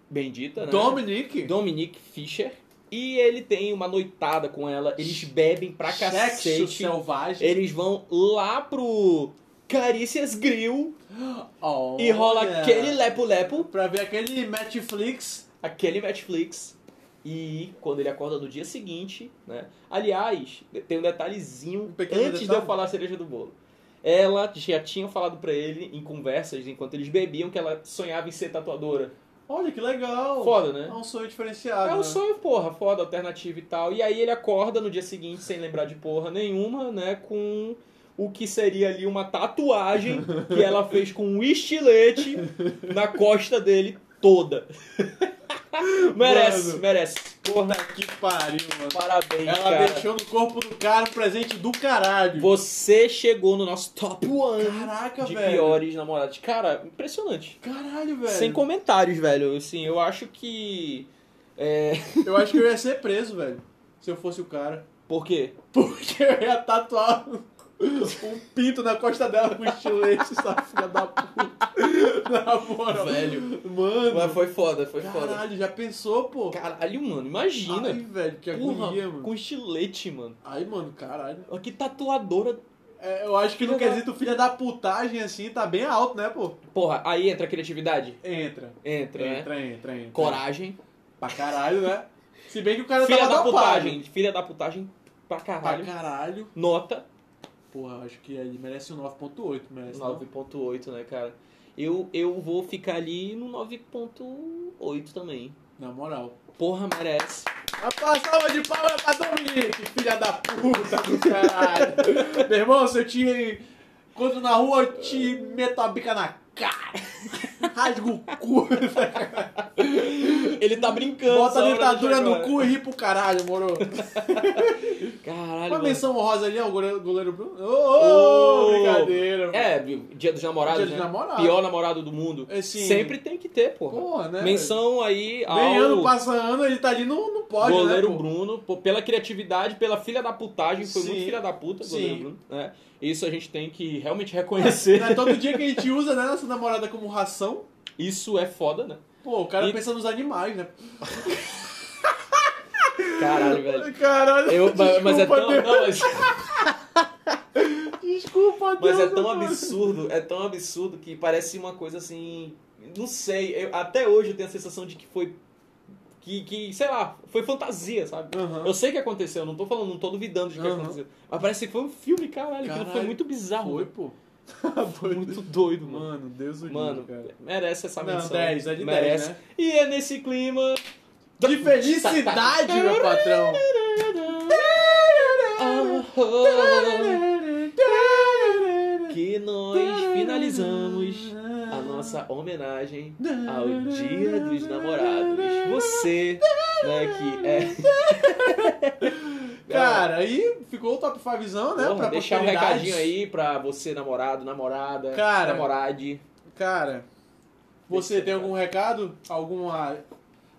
S2: bendita, né?
S1: Dominic.
S2: Dominique Fischer. E ele tem uma noitada com ela. Eles bebem pra
S1: Sexo
S2: cacete.
S1: selvagem.
S2: Eles vão lá pro Carícias Grill
S1: Olha.
S2: e rola aquele lepo-lepo,
S1: Pra ver aquele Netflix.
S2: aquele Netflix. E quando ele acorda no dia seguinte, né? Aliás, tem um detalhezinho
S1: Um
S2: antes
S1: pequeno
S2: de eu
S1: detalhe.
S2: falar a cereja do bolo. Ela já tinha falado pra ele em conversas enquanto eles bebiam que ela sonhava em ser tatuadora.
S1: Olha que legal.
S2: Foda, né?
S1: É um sonho diferenciado.
S2: É um
S1: né?
S2: sonho, porra, foda, alternativa e tal. E aí ele acorda no dia seguinte, sem lembrar de porra nenhuma, né? Com o que seria ali uma tatuagem que ela fez com um estilete na costa dele toda. [LAUGHS] merece,
S1: Mano.
S2: merece. Porra,
S1: Que pariu, mano.
S2: parabéns,
S1: Ela
S2: cara.
S1: deixou no corpo do cara um presente do caralho.
S2: Você chegou no nosso top one
S1: Caraca,
S2: de
S1: velho.
S2: piores namorados. Cara, impressionante.
S1: Caralho, velho.
S2: Sem comentários, velho. Assim, eu acho que. É...
S1: Eu acho que eu ia ser preso, velho. Se eu fosse o cara. [LAUGHS]
S2: Por quê?
S1: Porque eu ia tatuar um pinto na costa dela com estilete, sabe? Filha da puta. [LAUGHS] Na moral.
S2: Velho.
S1: Mano.
S2: Mas foi foda, foi foda.
S1: Caralho, já pensou, pô?
S2: Caralho, mano, imagina.
S1: Ai, velho, que
S2: Porra,
S1: agonia, mano.
S2: com estilete, mano.
S1: Ai, mano, caralho.
S2: Olha Que tatuadora.
S1: É, eu acho que no
S2: Filha da-
S1: quesito filha da putagem, assim, tá bem alto, né, pô?
S2: Porra, aí entra a criatividade?
S1: Entra.
S2: Entra, né?
S1: Entra, entra, entra.
S2: Coragem.
S1: Pra caralho, né? Se bem que o cara
S2: Filha
S1: tava
S2: da
S1: dopado.
S2: putagem. Filha da putagem pra
S1: Pra
S2: caralho.
S1: caralho.
S2: Nota
S1: Porra, eu acho que ele merece um 9.8, merece. não?
S2: 9.8, né, cara? Eu, eu vou ficar ali no 9.8 também.
S1: Na moral.
S2: Porra,
S1: [LAUGHS]
S2: merece.
S1: Uma passada de palmas pra Dominique, filha da puta do
S2: [LAUGHS]
S1: caralho. Meu irmão, se eu te encontro na rua, eu te meto a bica na
S2: [LAUGHS]
S1: cara. Rasgo o cu. [LAUGHS]
S2: Ele tá brincando.
S1: Bota
S2: essa
S1: a
S2: hora
S1: ditadura
S2: de
S1: no
S2: agora.
S1: cu e ri pro caralho, moro.
S2: Caralho,
S1: Uma
S2: mano.
S1: menção honrosa ali, ó, o goleiro, goleiro Bruno. Ô, ô,
S2: Ô,
S1: brincadeira. mano.
S2: É, dia dos namorados,
S1: Dia dos
S2: né?
S1: namorados.
S2: Pior namorado do mundo.
S1: É, sim.
S2: Sempre tem que ter, porra.
S1: Porra, né?
S2: Menção aí ao...
S1: Vem ano, passa ano, ele tá ali no, no pódio,
S2: goleiro
S1: né? pô?
S2: Bruno, pô, pela criatividade, pela filha da putagem, foi
S1: Sim.
S2: muito filha da puta, goleiro
S1: Sim.
S2: Bruno. né? Isso a gente tem que realmente
S1: [LAUGHS]
S2: reconhecer.
S1: Não é todo dia que a gente usa, né, nossa namorada como ração.
S2: Isso é foda, né?
S1: Pô, o cara
S2: E-
S1: pensa nos animais, né?
S2: Caralho, velho.
S1: Caralho,
S2: Eu, mas, mas é
S1: [LAUGHS] desculpa,
S2: tão,
S1: Deus.
S2: não, mas,
S1: Desculpa, Deus.
S2: mas é tão
S1: mano.
S2: absurdo, é tão absurdo que parece uma coisa assim, não sei, eu- até hoje eu tenho a sensação de que foi que, que sei lá, foi fantasia, sabe?
S1: Aham.
S2: Eu sei que aconteceu, não tô falando, não tô duvidando de que
S1: Aham.
S2: aconteceu. Mas parece que foi um filme, caralho, aquilo foi
S1: Caralho.
S2: muito bizarro.
S1: [LAUGHS] Foi, pô.
S2: Foi muito doido, mano.
S1: Mano, Deus o livre,
S2: Mano,
S1: cara.
S2: merece essa
S1: Não,
S2: menção.
S1: 10, é de 10,
S2: merece.
S1: né?
S2: E é nesse clima.
S1: De felicidade, meu patrão.
S2: [LAUGHS] Que nós finalizamos a nossa homenagem ao Dia dos Namorados. Você, né, que é.
S1: Cara, aí ficou o top 5zão, né?
S2: Porra,
S1: pra
S2: deixar um
S1: posteridade.
S2: recadinho aí pra você, namorado, namorada,
S1: Cara.
S2: namorade.
S1: Cara, você tem algum recado? Alguma.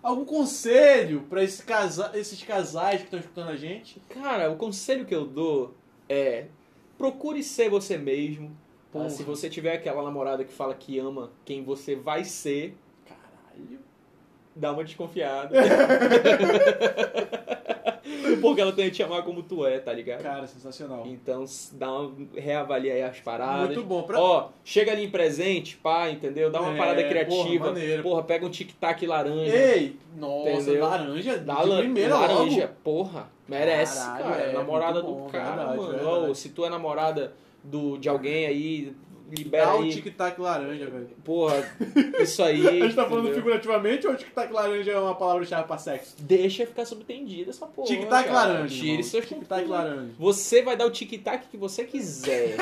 S1: Algum conselho pra esse casa... esses casais que estão escutando a gente?
S2: Cara, o conselho que eu dou é procure ser você mesmo. tá?
S1: Porra.
S2: Se você tiver aquela namorada que fala que ama quem você vai ser,
S1: Caralho.
S2: dá uma desconfiada. [LAUGHS] Porque ela tem que te amar como tu é, tá ligado?
S1: Cara, sensacional.
S2: Então s- dá uma, reavalia aí as paradas.
S1: Muito bom. Pra...
S2: Ó, chega ali em presente, pá, entendeu? Dá uma
S1: É,
S2: parada
S1: porra,
S2: criativa.
S1: maneiro.
S2: Porra, pega um tic-tac laranja.
S1: Ei! Nossa,
S2: Entendeu?
S1: laranja.
S2: Da
S1: de
S2: lan-
S1: primeira
S2: laranja,
S1: logo.
S2: porra, merece,
S1: Caralho,
S2: cara.
S1: é,
S2: namorada
S1: muito bom,
S2: do cara,
S1: verdade,
S2: mano.
S1: verdade.
S2: Ô, se tu é namorada do, de alguém aí, libera
S1: Dá o
S2: aí.
S1: tic-tac laranja, velho. [LAUGHS]
S2: Porra, isso aí.
S1: A gente tá falando
S2: entendeu?
S1: figurativamente ou tic-tac laranja é uma palavra-chave pra sexo?
S2: Deixa ficar subtendida essa porra.
S1: Tic-tac
S2: cara.
S1: laranja.
S2: Tire
S1: irmão.
S2: seus
S1: Tic-tac
S2: concluídos.
S1: laranja.
S2: Você vai dar o tic-tac que
S1: [LAUGHS]
S2: você quiser.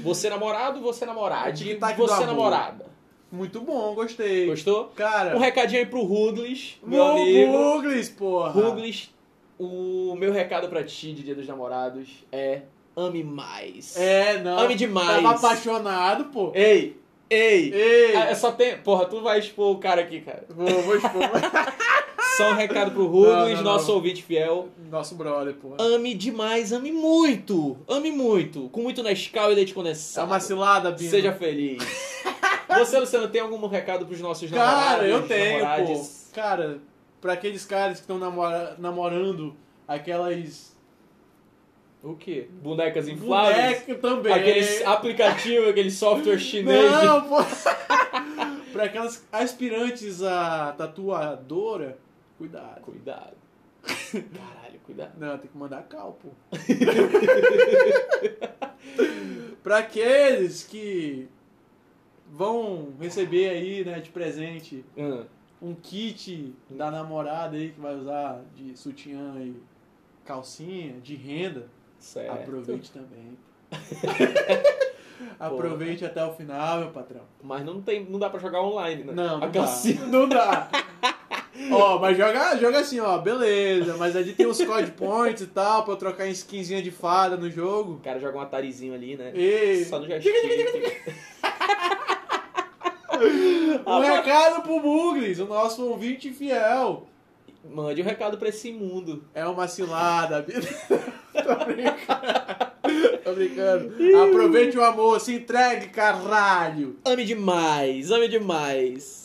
S2: você namorado, você namorada.
S1: Tic-tac do
S2: Você
S1: amor.
S2: namorada.
S1: Muito bom, gostei.
S2: Gostou?
S1: Cara,
S2: Um recadinho aí pro Ruglis, meu
S1: Mo-
S2: amigo.
S1: Muglis, porra.
S2: Ruglis, o meu recado pra ti de Dia dos Namorados é ame mais.
S1: É, não.
S2: Ame demais.
S1: Tava apaixonado, pô.
S2: Ei, ei.
S1: Ei.
S2: Ah, eu só tem, porra, tu vai expor o cara aqui,
S1: [LAUGHS]
S2: cara.
S1: Vou, vou expor. [LAUGHS]
S2: Só um recado pro Ruglis,
S1: não, não.
S2: nosso ouvinte fiel.
S1: Nosso brother, porra.
S2: Ame demais, ame muito. Ame muito, com muito Nescau e leite
S1: É
S2: condensado.
S1: uma cilada, Bino.
S2: Seja
S1: [LAUGHS]
S2: feliz. Você, Luciano, tem algum recado pros nossos namorados?
S1: Cara, eu tenho,
S2: namorades?
S1: pô. Cara, pra aqueles caras que estão namora... namorando aquelas...
S2: O quê? Bonecas infláveis?
S1: Boneca também.
S2: Aquele aplicativo, aquele software chinês.
S1: Não, pô. [LAUGHS] pra aquelas aspirantes a tatuadora, cuidado.
S2: [LAUGHS] Cuidado. Caralho, cuidado.
S1: Não, tem que mandar cal, pô. [LAUGHS] pra aqueles que vão receber aí, né, de presente
S2: Hum.
S1: um kit da namorada aí que vai usar de sutiã e calcinha, de renda.
S2: Certo.
S1: Aproveite também. Aproveite até o final, meu patrão.
S2: Mas não, tem, não dá pra jogar online, né?
S1: Não, não
S2: A calcinha.
S1: dá. Não dá. [LAUGHS] ó, mas joga, joga assim, ó, beleza. Mas ali tem uns code points e tal, pra eu trocar em skinzinha de fada no jogo.
S2: O cara joga um atarizinho ali, né?
S1: Ei.
S2: Só no joystick.
S1: Um recado pro Muglis, o nosso ouvinte fiel.
S2: Mande um recado pra esse mundo.
S1: É uma cilada, Bia. [LAUGHS] Tô brincando. Tô brincando. Aproveite o amor, se entregue, caralho.
S2: Ame demais, ame demais.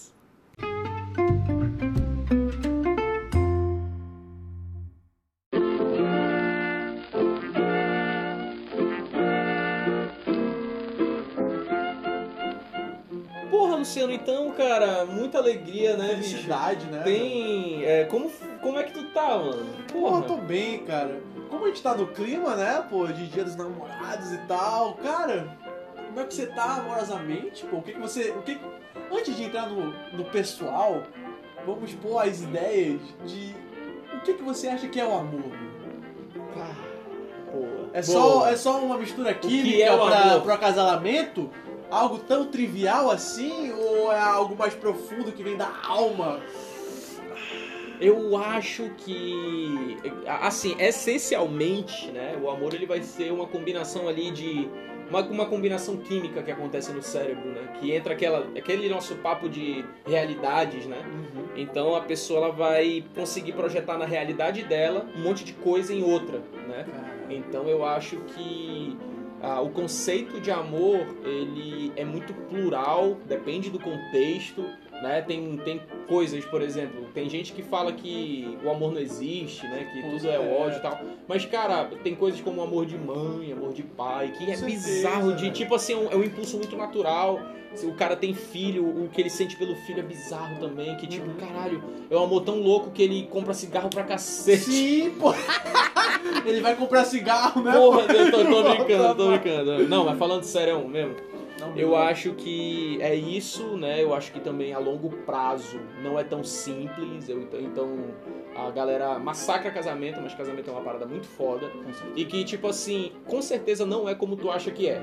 S2: Porra, Luciano, então, cara, muita alegria, né, bicho?
S1: Felicidade, né?
S2: Tem. é, como, como é que tu tá, mano?
S1: Porra, tô bem, cara. Como a gente tá no clima, né, pô, de dia dos namorados e tal, cara, como é que você tá amorosamente, pô? O que que você... O que que- Antes de entrar no, no pessoal, vamos pôr as ideias de o que que você acha que é o amor.
S2: Boa.
S1: É
S2: Ah, Boa.
S1: só, é só uma mistura
S2: que
S1: química
S2: é o
S1: pra,
S2: amor?
S1: pro acasalamento? Algo tão trivial assim? Ou é algo mais profundo que vem da alma?
S2: Eu acho que, assim, essencialmente, né, o amor ele vai ser uma combinação ali de uma, uma combinação química que acontece no cérebro, né, que entra aquela, aquele nosso papo de realidades, né. Então a pessoa ela vai conseguir projetar na realidade dela um monte de coisa em outra, né.
S1: Cara,
S2: Então eu acho que ah, o conceito de amor ele é muito plural, depende do contexto, né? Tem, tem coisas, por exemplo, tem gente que fala que o amor não existe, né? Que
S1: Com
S2: tudo é
S1: certeza.
S2: ódio e tal. Mas, cara, tem coisas como amor de mãe, amor de pai, que é
S1: certeza,
S2: bizarro de
S1: velho.
S2: tipo assim, é um- é um impulso muito natural. Se o cara tem filho, o que ele sente pelo filho é bizarro também, que tipo,
S1: Uhum.
S2: caralho, é um amor tão louco que ele compra cigarro pra cacete.
S1: Sim, pô! [LAUGHS] Ele vai comprar cigarro, né?
S2: Porra,
S1: [LAUGHS]
S2: eu tô, tô
S1: Volta
S2: brincando, tô
S1: mais.
S2: brincando. Não, mas falando sério mesmo,
S1: Não,
S2: eu
S1: meu.
S2: acho que é isso, né? Eu acho que também a longo prazo não é tão simples. Eu, então- então a galera massacra casamento, mas casamento é uma parada muito foda. E que, tipo assim, com certeza não é como tu acha que é.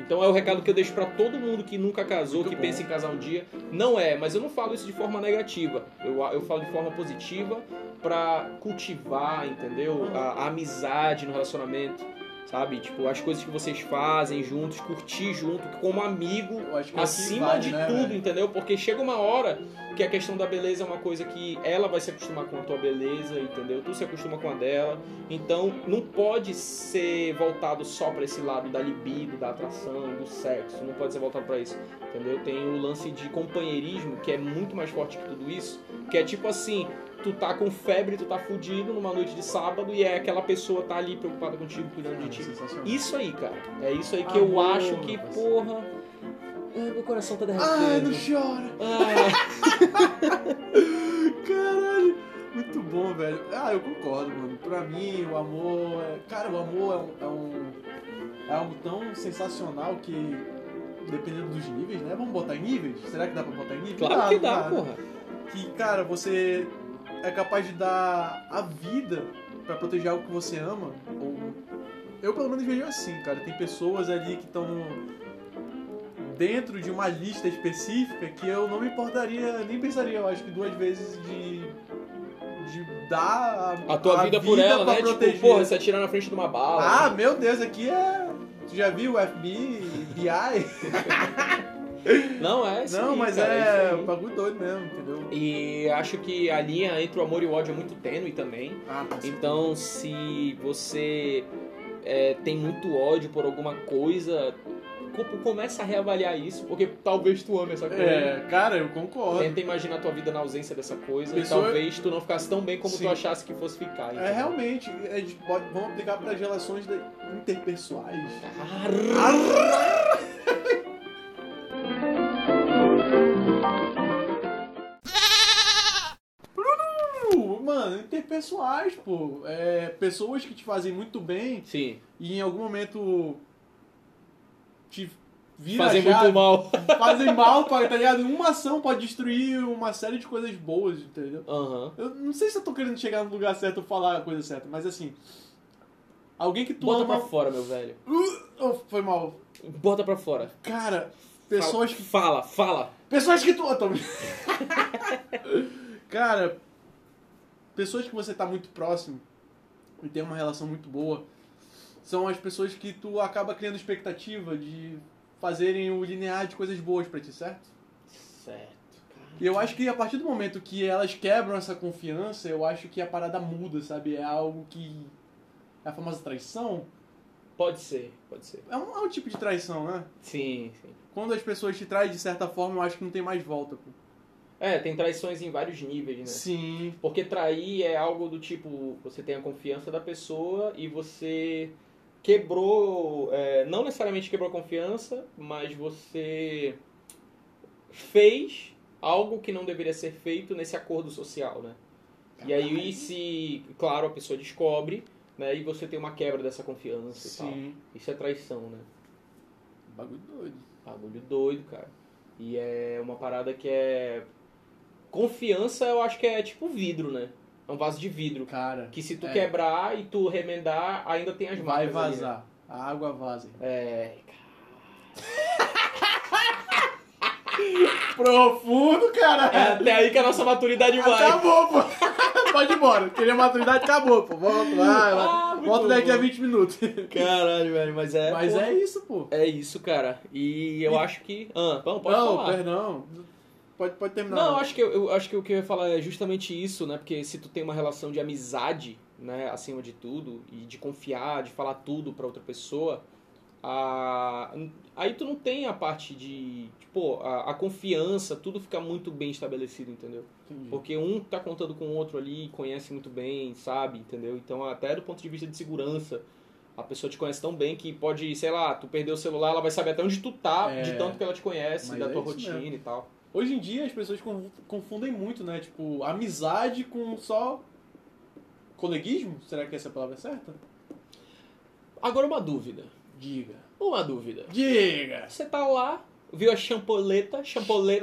S2: Então é o recado que eu deixo pra todo mundo que nunca casou,
S1: Muito
S2: que
S1: bom.
S2: pensa em casar um dia. Não é, mas eu não falo isso de forma negativa. Eu, eu falo de forma positiva pra cultivar, entendeu? A, a amizade no relacionamento, sabe? Tipo, as coisas que vocês fazem juntos, curtir junto, como amigo,
S1: Eu acho que é o que
S2: Tipo, acima
S1: vale,
S2: de
S1: né,
S2: tudo,
S1: velho?
S2: entendeu? Porque chega uma hora que a questão da beleza é uma coisa que ela vai se acostumar com a tua beleza, entendeu? Tu se acostuma com a dela. Então, não pode ser voltado só pra esse lado da libido, da atração, do sexo. Não pode ser voltado pra isso, entendeu? Tem o lance de companheirismo, que é muito mais forte que tudo isso, que é tipo assim, tu tá com febre, tu tá fudido numa noite de sábado e é aquela pessoa tá ali preocupada contigo, cuidando então, de ti.
S1: Sensacional.
S2: Isso aí, cara. É isso aí que eu
S1: Amor,
S2: acho que,
S1: rapaz.
S2: porra. Ai, meu coração tá
S1: Ai, Ah, não
S2: derretendo. [LAUGHS]
S1: chora!
S2: Ah, É.
S1: Caralho, muito bom, velho. Ah, eu concordo, mano. Pra mim, o amor. É... Cara, o amor é um, é um- é algo tão sensacional que. Dependendo dos níveis, né? Vamos botar em níveis? Será que dá pra botar em níveis?
S2: claro que dá,
S1: né?
S2: porra.
S1: Que, cara, você é capaz de dar a vida pra proteger algo que você ama. Ou... Eu, pelo menos, vejo assim, cara. Tem pessoas ali que estão dentro de uma lista específica que eu não me importaria, nem pensaria, eu acho que duas vezes de, de dar a,
S2: A tua vida, por ela,
S1: pra
S2: né?
S1: proteger.
S2: Tipo, porra, você atirar na frente de uma bala.
S1: ah, meu Deus, aqui é. Tu já viu o FBI, BI?
S2: não [LAUGHS] é isso
S1: Não,
S2: aí,
S1: mas
S2: cara,
S1: é
S2: isso
S1: um
S2: aí.
S1: bagulho doido mesmo, entendeu?
S2: E acho que a linha entre o amor e o ódio é muito tênue também.
S1: Ah, com certeza.
S2: Então, se você é, tem muito ódio por alguma coisa, co- começa a reavaliar isso, porque talvez tu ame essa coisa.
S1: É, cara, eu concordo.
S2: Tenta imaginar tua vida na ausência dessa coisa
S1: Pessoa-
S2: e talvez tu não ficasse tão bem como
S1: Sim.
S2: tu achasse que fosse ficar.
S1: É realmente, a gente pode, vamos aplicar para as relações da- interpessoais.
S2: realmente.
S1: Uh, Mano, interpessoais, pô. É, pessoas que te fazem muito bem
S2: Sim.
S1: e em algum momento te vira
S2: Fazer
S1: a chave,
S2: muito mal.
S1: fazem mal, pra- tá ligado? Uma ação pode destruir uma série de coisas boas, entendeu?
S2: Aham.
S1: Eu não sei se eu tô querendo chegar no lugar certo ou falar a coisa certa, mas assim. Alguém que tu
S2: Bota
S1: ama.
S2: pra fora, meu velho.
S1: Uh, oh, foi mal.
S2: Bota pra fora.
S1: Cara, pessoas que.
S2: Fala, fala.
S1: Pessoas que tu. Oh, tô... [LAUGHS] Cara, pessoas que você tá muito próximo e tem uma relação muito boa são as pessoas que tu acaba criando expectativa de fazerem o linear de coisas boas pra ti, certo?
S2: Certo, cara.
S1: E eu acho que a partir do momento que elas quebram essa confiança, eu acho que a parada muda, sabe? É algo que. É a famosa traição?
S2: Pode ser, pode ser.
S1: É um, é um tipo de traição, né?
S2: Sim, sim.
S1: Quando as pessoas te traem de certa forma, eu acho que não tem mais volta. Pô.
S2: É, tem traições em vários níveis, né?
S1: Sim.
S2: Porque trair é algo do tipo, você tem a confiança da pessoa e você quebrou, é, não necessariamente quebrou a confiança, mas você fez algo que não deveria ser feito nesse acordo social, né? E aí se, claro, a pessoa descobre, né? E você tem uma quebra dessa confiança e tal.
S1: Sim.
S2: Isso é traição, né?
S1: Bagulho doido.
S2: Bagulho doido, cara. E é uma parada que é. Confiança, eu acho que é tipo vidro, né? É um vaso de vidro.
S1: Cara,
S2: Que se tu
S1: É.
S2: quebrar e tu remendar, ainda tem as
S1: vai
S2: marcas. ali, né?
S1: vazar. A água vaza.
S2: É.
S1: Profundo,
S2: É
S1: cara!
S2: até aí que a nossa maturidade vai.
S1: [LAUGHS] Acabou, pô! [LAUGHS] Pode ir embora. Queria maturidade, acabou, pô. Volta lá.
S2: Ah, muito
S1: volta daqui
S2: bom.
S1: a 20 minutos.
S2: Caralho, velho, mas é.
S1: Mas
S2: pô,
S1: é isso, pô.
S2: É isso, cara. E eu acho que. Ah, bom, pode
S1: não,
S2: falar.
S1: perdão. Pode, pode terminar.
S2: Não, eu acho que eu, eu acho que o que eu ia falar é justamente isso, né? Porque se tu tem uma relação de amizade, né, acima de tudo, e de confiar, de falar tudo pra outra pessoa, a- aí tu não tem a parte de, de, pô, a, a confiança, tudo fica muito bem estabelecido, entendeu?
S1: Entendi.
S2: Porque um tá contando com o outro ali, conhece muito bem, sabe, entendeu? Então, até do ponto de vista de segurança, a pessoa te conhece tão bem que pode, sei lá, tu perder o celular, ela vai saber até onde tu tá,
S1: É.
S2: de tanto que ela te conhece,
S1: Mas
S2: da
S1: é
S2: tua
S1: isso
S2: rotina
S1: mesmo.
S2: e tal.
S1: Hoje em dia as pessoas con- confundem muito, né? Tipo, amizade com só coleguismo? Será que essa é a palavra certa?
S2: Agora uma dúvida.
S1: Diga.
S2: Uma dúvida.
S1: Diga!
S2: Você tá lá, viu a champoleta, champoleta,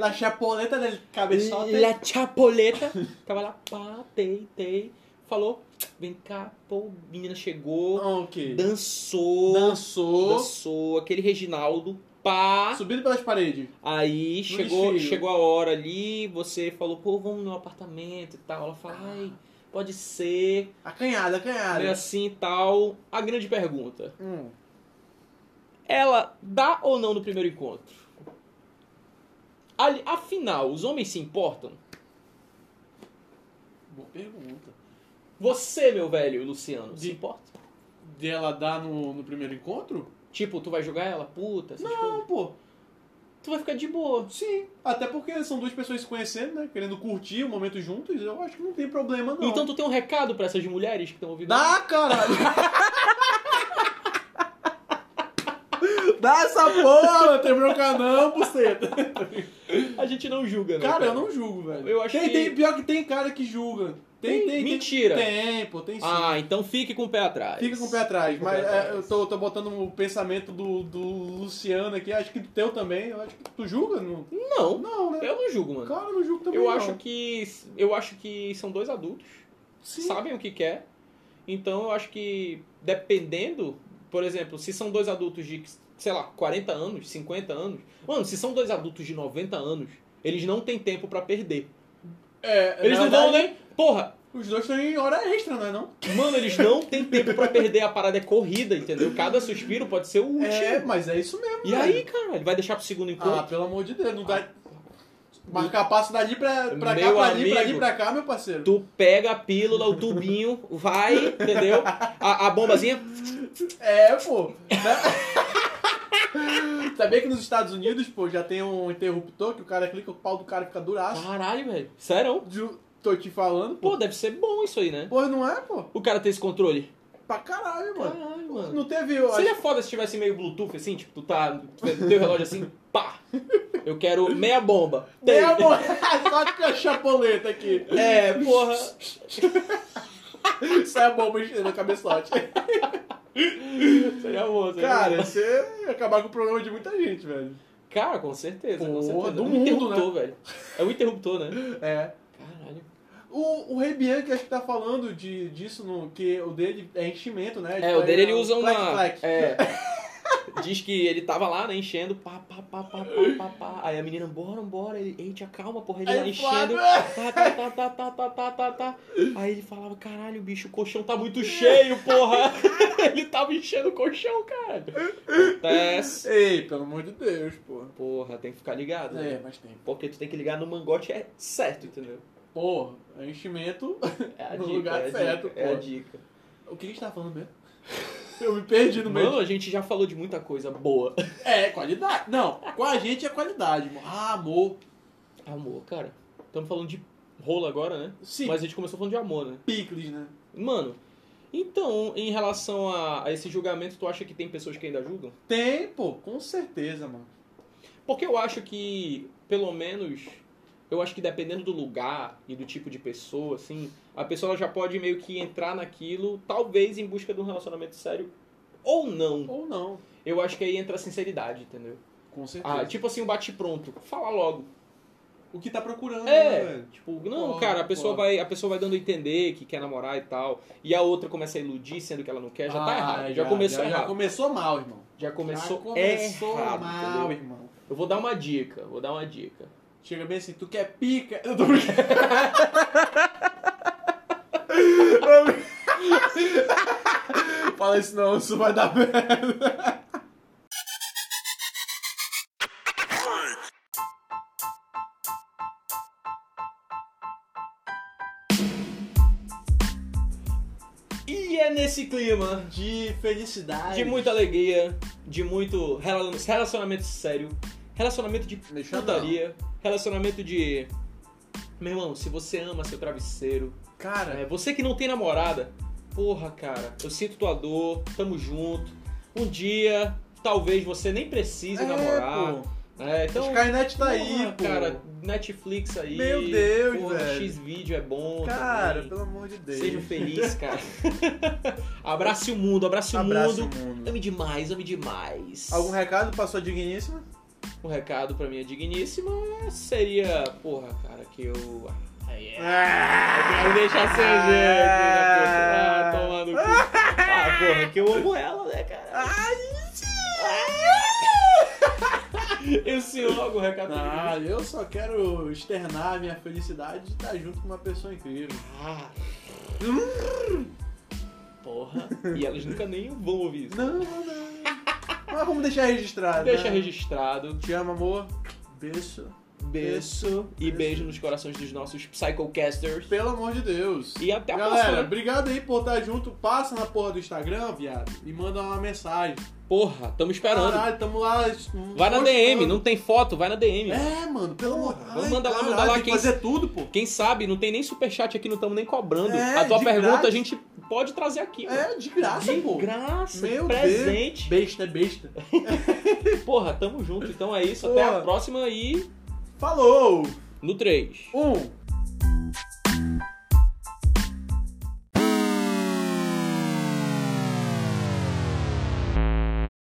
S1: [LAUGHS] La chapoleta del cabeçote.
S2: la chapoleta, tava lá, pá, tei, tei, falou, vem cá, pô, menina chegou,
S1: Ah, Ok.
S2: dançou,
S1: Dançou.
S2: dançou, aquele Reginaldo, pá,
S1: Subindo pelas paredes.
S2: aí chegou,
S1: lixeiro.
S2: chegou a hora ali, você falou, pô, vamos no apartamento e tal, ela fala,
S1: Ah.
S2: ai, pode ser,
S1: Acanhada, acanhada.
S2: meio assim e tal, a grande pergunta,
S1: Hum.
S2: ela dá ou não no primeiro encontro? Ali- afinal, os homens se importam?
S1: Boa pergunta.
S2: Você, meu velho Luciano, se
S1: De-
S2: importa?
S1: De ela dar no, no primeiro encontro?
S2: Tipo, tu vai jogar ela, puta, essas coisas.
S1: Não, pô.
S2: Tu vai ficar de boa.
S1: Sim. Até porque são duas pessoas se conhecendo, né? Querendo curtir o momento juntos. Eu acho que não tem problema, não.
S2: Então tu tem um recado pra essas mulheres que estão ouvindo?
S1: Dá, caralho! [LAUGHS] Dá essa porra! Não tem bronca não, buceta!
S2: A gente não julga, né?
S1: Cara, eu não julgo, velho.
S2: Eu acho
S1: tem,
S2: que-
S1: tem, pior que tem cara que julga. Tem,
S2: Tem?
S1: tem, tem.
S2: Mentira.
S1: Tem, pô, tem sim.
S2: Ah, então fique com o pé atrás.
S1: Fica com o pé atrás,
S2: Fica
S1: mas
S2: com o pé
S1: é,
S2: atrás.
S1: eu tô, tô botando o pensamento do, do Luciano aqui, acho que do teu também. Eu acho que tu julga? Não,
S2: Não,
S1: não né?
S2: eu não julgo, mano.
S1: Cara, eu não julgo também.
S2: Eu
S1: não.
S2: acho que. Eu acho que são dois adultos.
S1: Sim.
S2: sabem o que quer. Então eu acho que dependendo, por exemplo, se são dois adultos de, sei lá, 40 anos, 50 anos, mano, se são dois adultos de 90 anos, eles não têm tempo pra perder.
S1: É,
S2: Eles
S1: na
S2: não vão né?
S1: verdade,
S2: nem, porra,
S1: Os dois estão em hora extra, né? Não?
S2: mano, eles não têm tempo pra perder, a parada é corrida, entendeu? Cada suspiro pode ser o último.
S1: É, mas é isso mesmo.
S2: E
S1: velho.
S2: aí, cara, ele vai deixar pro segundo
S1: Ah,
S2: encontro?
S1: pelo amor de Deus, não dá. Marcar passo dali pra, pra cá,
S2: Ah. Meu
S1: pra ali, pra ali,
S2: amigo.
S1: pra cá, meu parceiro.
S2: Tu pega a pílula, o tubinho, vai, entendeu? A, a bombazinha.
S1: É, pô. Né? [LAUGHS] Sabia que nos Estados Unidos, pô, já tem um interruptor que o cara clica, o pau do cara fica duraço.
S2: Caralho, velho. Sério?
S1: Ju- Tô te falando, pô.
S2: Pô, deve ser bom isso aí, né?
S1: Pô, não é, pô?
S2: O cara ter esse controle.
S1: Pra caralho, mano.
S2: Caralho, mano.
S1: Não teve. Eu acho...
S2: Seria foda se tivesse meio Bluetooth assim, tipo, tu tá. Teu relógio assim, pá! Eu quero meia bomba.
S1: Tem a
S2: Tem.
S1: mo- [LAUGHS] Só com a chapoleta aqui.
S2: É, porra.
S1: é Sai a bomba enchendo o cabeçote.
S2: Seria bom, seria
S1: Cara,
S2: bom.
S1: você ia acabar com o problema de muita gente, velho.
S2: Cara, com certeza, com
S1: Porra,
S2: certeza.
S1: do
S2: é um
S1: mundo, né?
S2: interruptor, velho. É um interruptor, né?
S1: É.
S2: Caralho.
S1: O, o Rei Bianchi acho que tá falando de, disso, no, que o dele é enchimento, né?
S2: É, o dele ele usa uma.
S1: Clac, clac.
S2: É. Diz que ele tava lá, né, enchendo, pá, pá, pá, pá, pá, pá, pá. Aí a menina, bora, bora. Ele, eita, calma, porra, ele
S1: Aí é-
S2: lá
S1: ele
S2: enchendo. Tá, tá, tá, tá, tá, tá, tá, tá, tá. Aí ele falava, caralho, bicho, o colchão tá muito cheio, porra. [LAUGHS] ele tava enchendo o colchão, cara. Acontece.
S1: Ei, pelo amor de Deus, porra.
S2: Porra, tem que ficar ligado,
S1: É,
S2: né?
S1: mas tem.
S2: Porque tu tem que ligar no mangote é certo, entendeu?
S1: Porra, é enchimento [LAUGHS]
S2: É a
S1: no
S2: dica,
S1: lugar
S2: é a
S1: certo,
S2: dica, é a
S1: porra.
S2: dica.
S1: O que a gente tá falando mesmo? Eu me perdi no meio.
S2: Mano, a gente já falou de muita coisa boa.
S1: É, qualidade. Não, com a gente é qualidade, amor. Ah, amor.
S2: Amor, cara. Estamos falando de rolo agora, né?
S1: Sim,
S2: Mas a gente começou falando de amor, né?
S1: picles, né?
S2: Mano, então, em relação a, a esse julgamento, tu acha que tem pessoas que ainda julgam?
S1: Tem, pô, com certeza, mano.
S2: Porque eu acho que, pelo menos, eu acho que dependendo do lugar e do tipo de pessoa, assim, a pessoa ela já pode meio que entrar naquilo, talvez em busca de um relacionamento sério ou não.
S1: Ou não,
S2: Eu acho que aí entra a sinceridade, entendeu?
S1: com certeza.
S2: Ah, tipo assim, o bate-pronto. Fala logo.
S1: o que tá procurando, né,
S2: É,
S1: velho?
S2: tipo, não,
S1: Pô,
S2: cara, a pessoa,
S1: pô.
S2: vai, a pessoa vai dando a entender que quer namorar e tal, e a outra começa a iludir, sendo que ela não quer, já tá
S1: Ah,
S2: errado, já, começou
S1: já, já
S2: errado. Já,
S1: começou mal, irmão.
S2: começou,
S1: já começou
S2: errado,
S1: mal,
S2: entendeu?
S1: irmão.
S2: Eu vou dar uma dica, vou dar uma dica.
S1: Chega bem assim, tu quer pica? Eu tô brincando. [LAUGHS] Fala isso não, isso vai dar merda.
S2: E é nesse clima
S1: De felicidade.
S2: de muita alegria, de muito rela- relacionamento sério, relacionamento de
S1: Deixa eu
S2: putaria, relacionamento de... Meu irmão, se você ama seu travesseiro,
S1: Cara,
S2: É, você que não tem namorada, porra, cara, eu sinto tua dor, tamo junto. Um dia, talvez você nem precise namorar.
S1: É, pô.
S2: É, então,
S1: Skynet tá
S2: porra,
S1: aí, pô.
S2: Cara, Netflix aí.
S1: Meu Deus,
S2: porra,
S1: velho.
S2: X vídeo é bom.
S1: Cara,
S2: também.
S1: pelo amor de Deus. Um
S2: Seja
S1: [LAUGHS]
S2: feliz, cara. abrace o mundo, abrace o
S1: Abraço,
S2: mundo.
S1: mundo.
S2: Ame demais, ame demais.
S1: Algum recado pra sua digníssima?
S2: Um recado pra minha digníssima seria, porra, cara, que eu. Ah,
S1: é.
S2: yeah. Quero É, deixar seu jeito, né, puta? Ah, tomar no cu. Ah, porra, que eu amo ela, né, cara? [LAUGHS] Eu se logo, recado.
S1: Ah, eu só quero externar a minha felicidade de estar junto com uma pessoa incrível.
S2: Ah. Porra. E elas nunca nem vão ouvir isso.
S1: Não, não. Mas vamos deixar registrado.
S2: Deixa
S1: né?
S2: registrado.
S1: Te amo, amor. Beijo.
S2: Beijo. E beijo nos corações dos nossos Psychocasters.
S1: Pelo amor de Deus.
S2: E até a
S1: Galera,
S2: próxima. né?
S1: obrigado aí por estar junto. Passa na porra do Instagram, viado, e manda uma mensagem.
S2: Porra, tamo esperando.
S1: Caralho, tamo lá.
S2: Vai na
S1: postando.
S2: DM, não tem foto, vai na DM.
S1: É, mano, pelo amor de
S2: Porra,
S1: Deus.
S2: vamos mandar lá, mandar lá
S1: Tem que
S2: quem-
S1: fazer tudo, pô.
S2: Quem sabe, não tem nem superchat aqui, não estamos nem cobrando.
S1: É,
S2: a tua
S1: de
S2: pergunta
S1: graça.
S2: a gente pode trazer aqui. mano.
S1: É, de graça,
S2: de
S1: pô.
S2: graça,
S1: Meu
S2: presente.
S1: Deus. Besta, é besta.
S2: Porra, tamo junto. Então é isso. Até
S1: Porra.
S2: a próxima e
S1: Falou!
S2: no 3.
S1: Um.